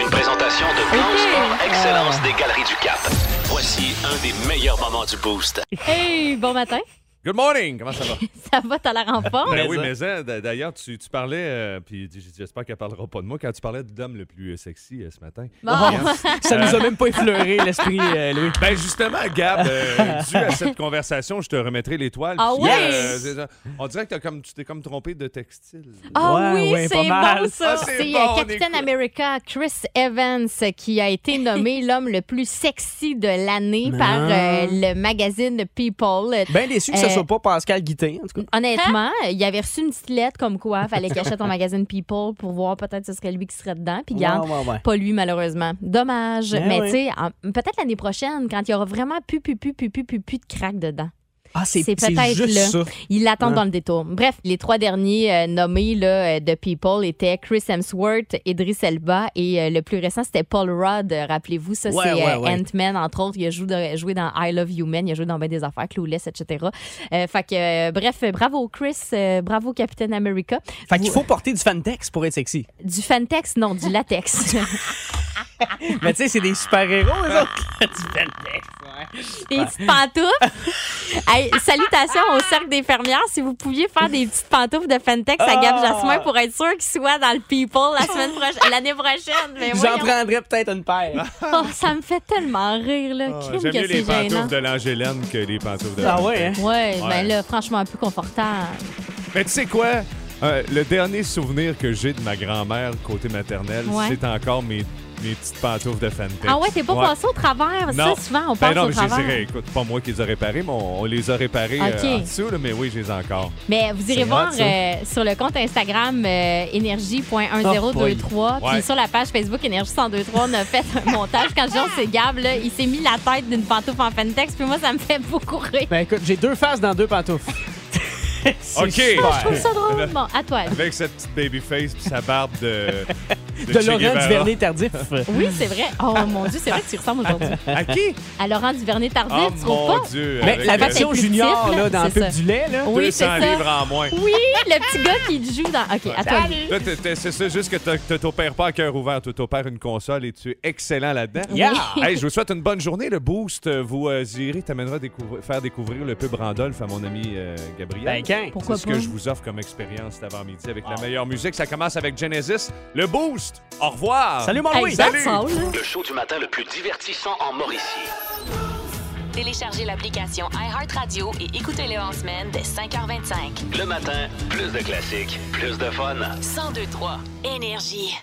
[SPEAKER 2] Une présentation de Plan Sport Excellence des Galeries du Cap. Voici un des meilleurs moments du Boost.
[SPEAKER 5] hey, bon matin.
[SPEAKER 10] Good morning! Comment ça va?
[SPEAKER 5] Ça va, t'as l'air en forme?
[SPEAKER 10] Ben oui, mais hein, d- d'ailleurs, tu, tu parlais, euh, puis j- j'espère qu'elle parlera pas de moi, quand tu parlais de l'homme le plus euh, sexy euh, ce matin.
[SPEAKER 5] Bon. Oh,
[SPEAKER 9] ça
[SPEAKER 10] Euh.
[SPEAKER 9] nous a même pas effleuré l'esprit, euh, Louis.
[SPEAKER 10] Ben justement, Gab, euh, dû à cette conversation, je te remettrai l'étoile.
[SPEAKER 5] Ah
[SPEAKER 10] puis,
[SPEAKER 5] ouais?
[SPEAKER 10] c'est ça. on dirait que t'as comme, tu t'es comme trompé de textile.
[SPEAKER 5] Ah oui, c'est bon ça.
[SPEAKER 10] Ah,
[SPEAKER 5] c'est
[SPEAKER 10] bon,
[SPEAKER 5] euh,
[SPEAKER 10] on
[SPEAKER 5] Captain
[SPEAKER 10] écoute.
[SPEAKER 5] America Chris Evans euh, qui a
[SPEAKER 10] [laughs]
[SPEAKER 5] été nommé l'homme le plus sexy de l'année
[SPEAKER 9] Non.
[SPEAKER 5] par euh, le magazine People.
[SPEAKER 9] Ben déçu que ce
[SPEAKER 5] Euh,
[SPEAKER 9] soit pas Pascal Guittin, en tout cas.
[SPEAKER 5] Honnêtement, il avait reçu une petite lettre comme quoi fallait qu'il achète un magazine People pour voir peut-être ce serait lui qui serait dedans. Puis
[SPEAKER 9] Ouais,
[SPEAKER 5] garde,
[SPEAKER 9] ouais, ouais.
[SPEAKER 5] pas lui malheureusement. Dommage.
[SPEAKER 9] Ben
[SPEAKER 5] mais
[SPEAKER 9] oui.
[SPEAKER 5] tu sais, en- peut-être l'année prochaine, quand il y aura vraiment plus, plus, plus, plus, plus, plus, plus de crack dedans.
[SPEAKER 9] Ah, c'est- c'est
[SPEAKER 5] peut-être
[SPEAKER 9] juste
[SPEAKER 5] là.
[SPEAKER 9] ça.
[SPEAKER 5] Ils l'attendent
[SPEAKER 9] Ouais.
[SPEAKER 5] dans le détour. Bref, les trois derniers euh, nommés là, euh, de People étaient Chris Hemsworth, Idris Elba et euh, le plus récent, c'était Paul Rudd. Euh, Rappelez-vous, ça,
[SPEAKER 9] Ouais,
[SPEAKER 5] c'est
[SPEAKER 9] ouais,
[SPEAKER 5] euh,
[SPEAKER 9] ouais.
[SPEAKER 5] Ant-Man, entre autres. Il a joué, dans- joué dans I Love You Man, il a joué dans ben des affaires, Clueless, etc. Euh, fait que, euh, bref, bravo Chris, euh, bravo Captain America.
[SPEAKER 9] Fait qu'il
[SPEAKER 5] Vous- euh,
[SPEAKER 9] faut porter du fantex pour être sexy.
[SPEAKER 5] Du fantex, non,
[SPEAKER 9] [laughs]
[SPEAKER 5] du latex.
[SPEAKER 9] Mais tu sais, c'est des super-héros, eux autres.
[SPEAKER 5] des
[SPEAKER 9] [laughs]
[SPEAKER 5] petites pantoufles. Hey, salutations au cercle des fermières. Si vous pouviez faire des petites pantoufles de Fentex à Gab
[SPEAKER 9] Ah!
[SPEAKER 5] Jasmin pour être sûr qu'il soit dans le People la semaine prochaine, l'année prochaine. Mais
[SPEAKER 9] J'en
[SPEAKER 5] voyons.
[SPEAKER 9] prendrais peut-être une paire.
[SPEAKER 5] Oh, ça me fait tellement rire, là.
[SPEAKER 10] Ah,
[SPEAKER 5] Crime
[SPEAKER 10] J'aime
[SPEAKER 5] que
[SPEAKER 10] mieux les
[SPEAKER 5] c'est gênant.
[SPEAKER 10] pantoufles de l'Angélène que les pantoufles de
[SPEAKER 9] Ah ouais, hein?
[SPEAKER 5] Ouais,
[SPEAKER 10] Ouais.
[SPEAKER 5] ben là, franchement, un peu confortable.
[SPEAKER 10] Mais tu sais quoi? Euh, le dernier souvenir que j'ai de ma grand-mère côté maternelle,
[SPEAKER 5] Ouais.
[SPEAKER 10] c'est encore mes, mes petites pantoufles de Fantex.
[SPEAKER 5] Ah ouais, t'es pas
[SPEAKER 10] Ouais.
[SPEAKER 5] passé au travers. Ça, souvent, on
[SPEAKER 10] Ben
[SPEAKER 5] passe
[SPEAKER 10] non,
[SPEAKER 5] au
[SPEAKER 10] mais je
[SPEAKER 5] travers.
[SPEAKER 10] les ai- écoute, pas moi qui les ai réparés, mais on, on les a réparés euh,
[SPEAKER 5] Ok.
[SPEAKER 10] en dessous, là, mais oui, je les ai encore.
[SPEAKER 5] Mais vous irez
[SPEAKER 10] C'est
[SPEAKER 5] voir
[SPEAKER 10] hot, ça.
[SPEAKER 5] euh, sur le compte Instagram euh, énergie.1023
[SPEAKER 10] Oh boy.
[SPEAKER 5] puis
[SPEAKER 10] Ouais.
[SPEAKER 5] sur la page Facebook énergie 1023 on a fait un montage quand je dis on s'est Gab là, il s'est mis la tête d'une pantoufle en Fentex puis moi ça me fait beaucoup rire.
[SPEAKER 9] Ben écoute, j'ai deux faces dans deux [laughs] pantoufles. C'est
[SPEAKER 10] OK.
[SPEAKER 9] super.
[SPEAKER 5] Ah, Je trouve ça drôle.
[SPEAKER 10] Là-
[SPEAKER 5] Bon, à toi.
[SPEAKER 10] Avec cette petite babyface puis sa barbe de.
[SPEAKER 9] De
[SPEAKER 10] Che
[SPEAKER 9] Laurent
[SPEAKER 10] Guevara.
[SPEAKER 5] [laughs]
[SPEAKER 9] Duvernay-Tardif.
[SPEAKER 5] Oui, c'est vrai. Oh mon dieu, c'est vrai que tu ressembles
[SPEAKER 10] [laughs]
[SPEAKER 5] aujourd'hui.
[SPEAKER 9] À qui?
[SPEAKER 5] À Laurent Duvernay Tardif,
[SPEAKER 10] Oh,
[SPEAKER 5] tu trouves
[SPEAKER 10] mon
[SPEAKER 5] pas
[SPEAKER 10] Dieu,
[SPEAKER 9] Mais
[SPEAKER 10] avec,
[SPEAKER 9] la
[SPEAKER 10] euh,
[SPEAKER 9] version
[SPEAKER 5] Peut-être
[SPEAKER 9] junior,
[SPEAKER 5] plus
[SPEAKER 9] là, dans
[SPEAKER 5] type,
[SPEAKER 9] Pub
[SPEAKER 5] là,
[SPEAKER 9] du lait, là.
[SPEAKER 5] Oui, c'est
[SPEAKER 10] 200
[SPEAKER 5] ça.
[SPEAKER 10] livres en moins.
[SPEAKER 5] Oui, le petit gars qui joue dans OK, à toi.
[SPEAKER 10] Là, t'es- t'es- c'est ça, juste que t'as- tu t'opères pas à cœur ouvert, tu t'opères une console et tu es excellent là-dedans.
[SPEAKER 9] Yeah! Oui.
[SPEAKER 10] Hey, je vous souhaite une bonne journée. Le boost, euh, vous euh, irez, t'amènera découvrir- faire découvrir le pub Randolph à mon ami euh,
[SPEAKER 9] Ben,
[SPEAKER 10] Gabriel.
[SPEAKER 9] quand? Pourquoi
[SPEAKER 10] C'est ce
[SPEAKER 9] pas?
[SPEAKER 10] que je vous offre comme expérience cet avant-midi avec la meilleure musique. Ça commence avec Genesis. Le boost! Au
[SPEAKER 5] Ah.
[SPEAKER 10] revoir! Ah Salut!
[SPEAKER 2] Le show du matin le plus divertissant en Mauricie.
[SPEAKER 1] Téléchargez l'application iHeartRadio et écoutez-le en semaine dès 5h25.
[SPEAKER 2] Le matin, plus de classiques, plus de fun.
[SPEAKER 1] 1023 Énergie.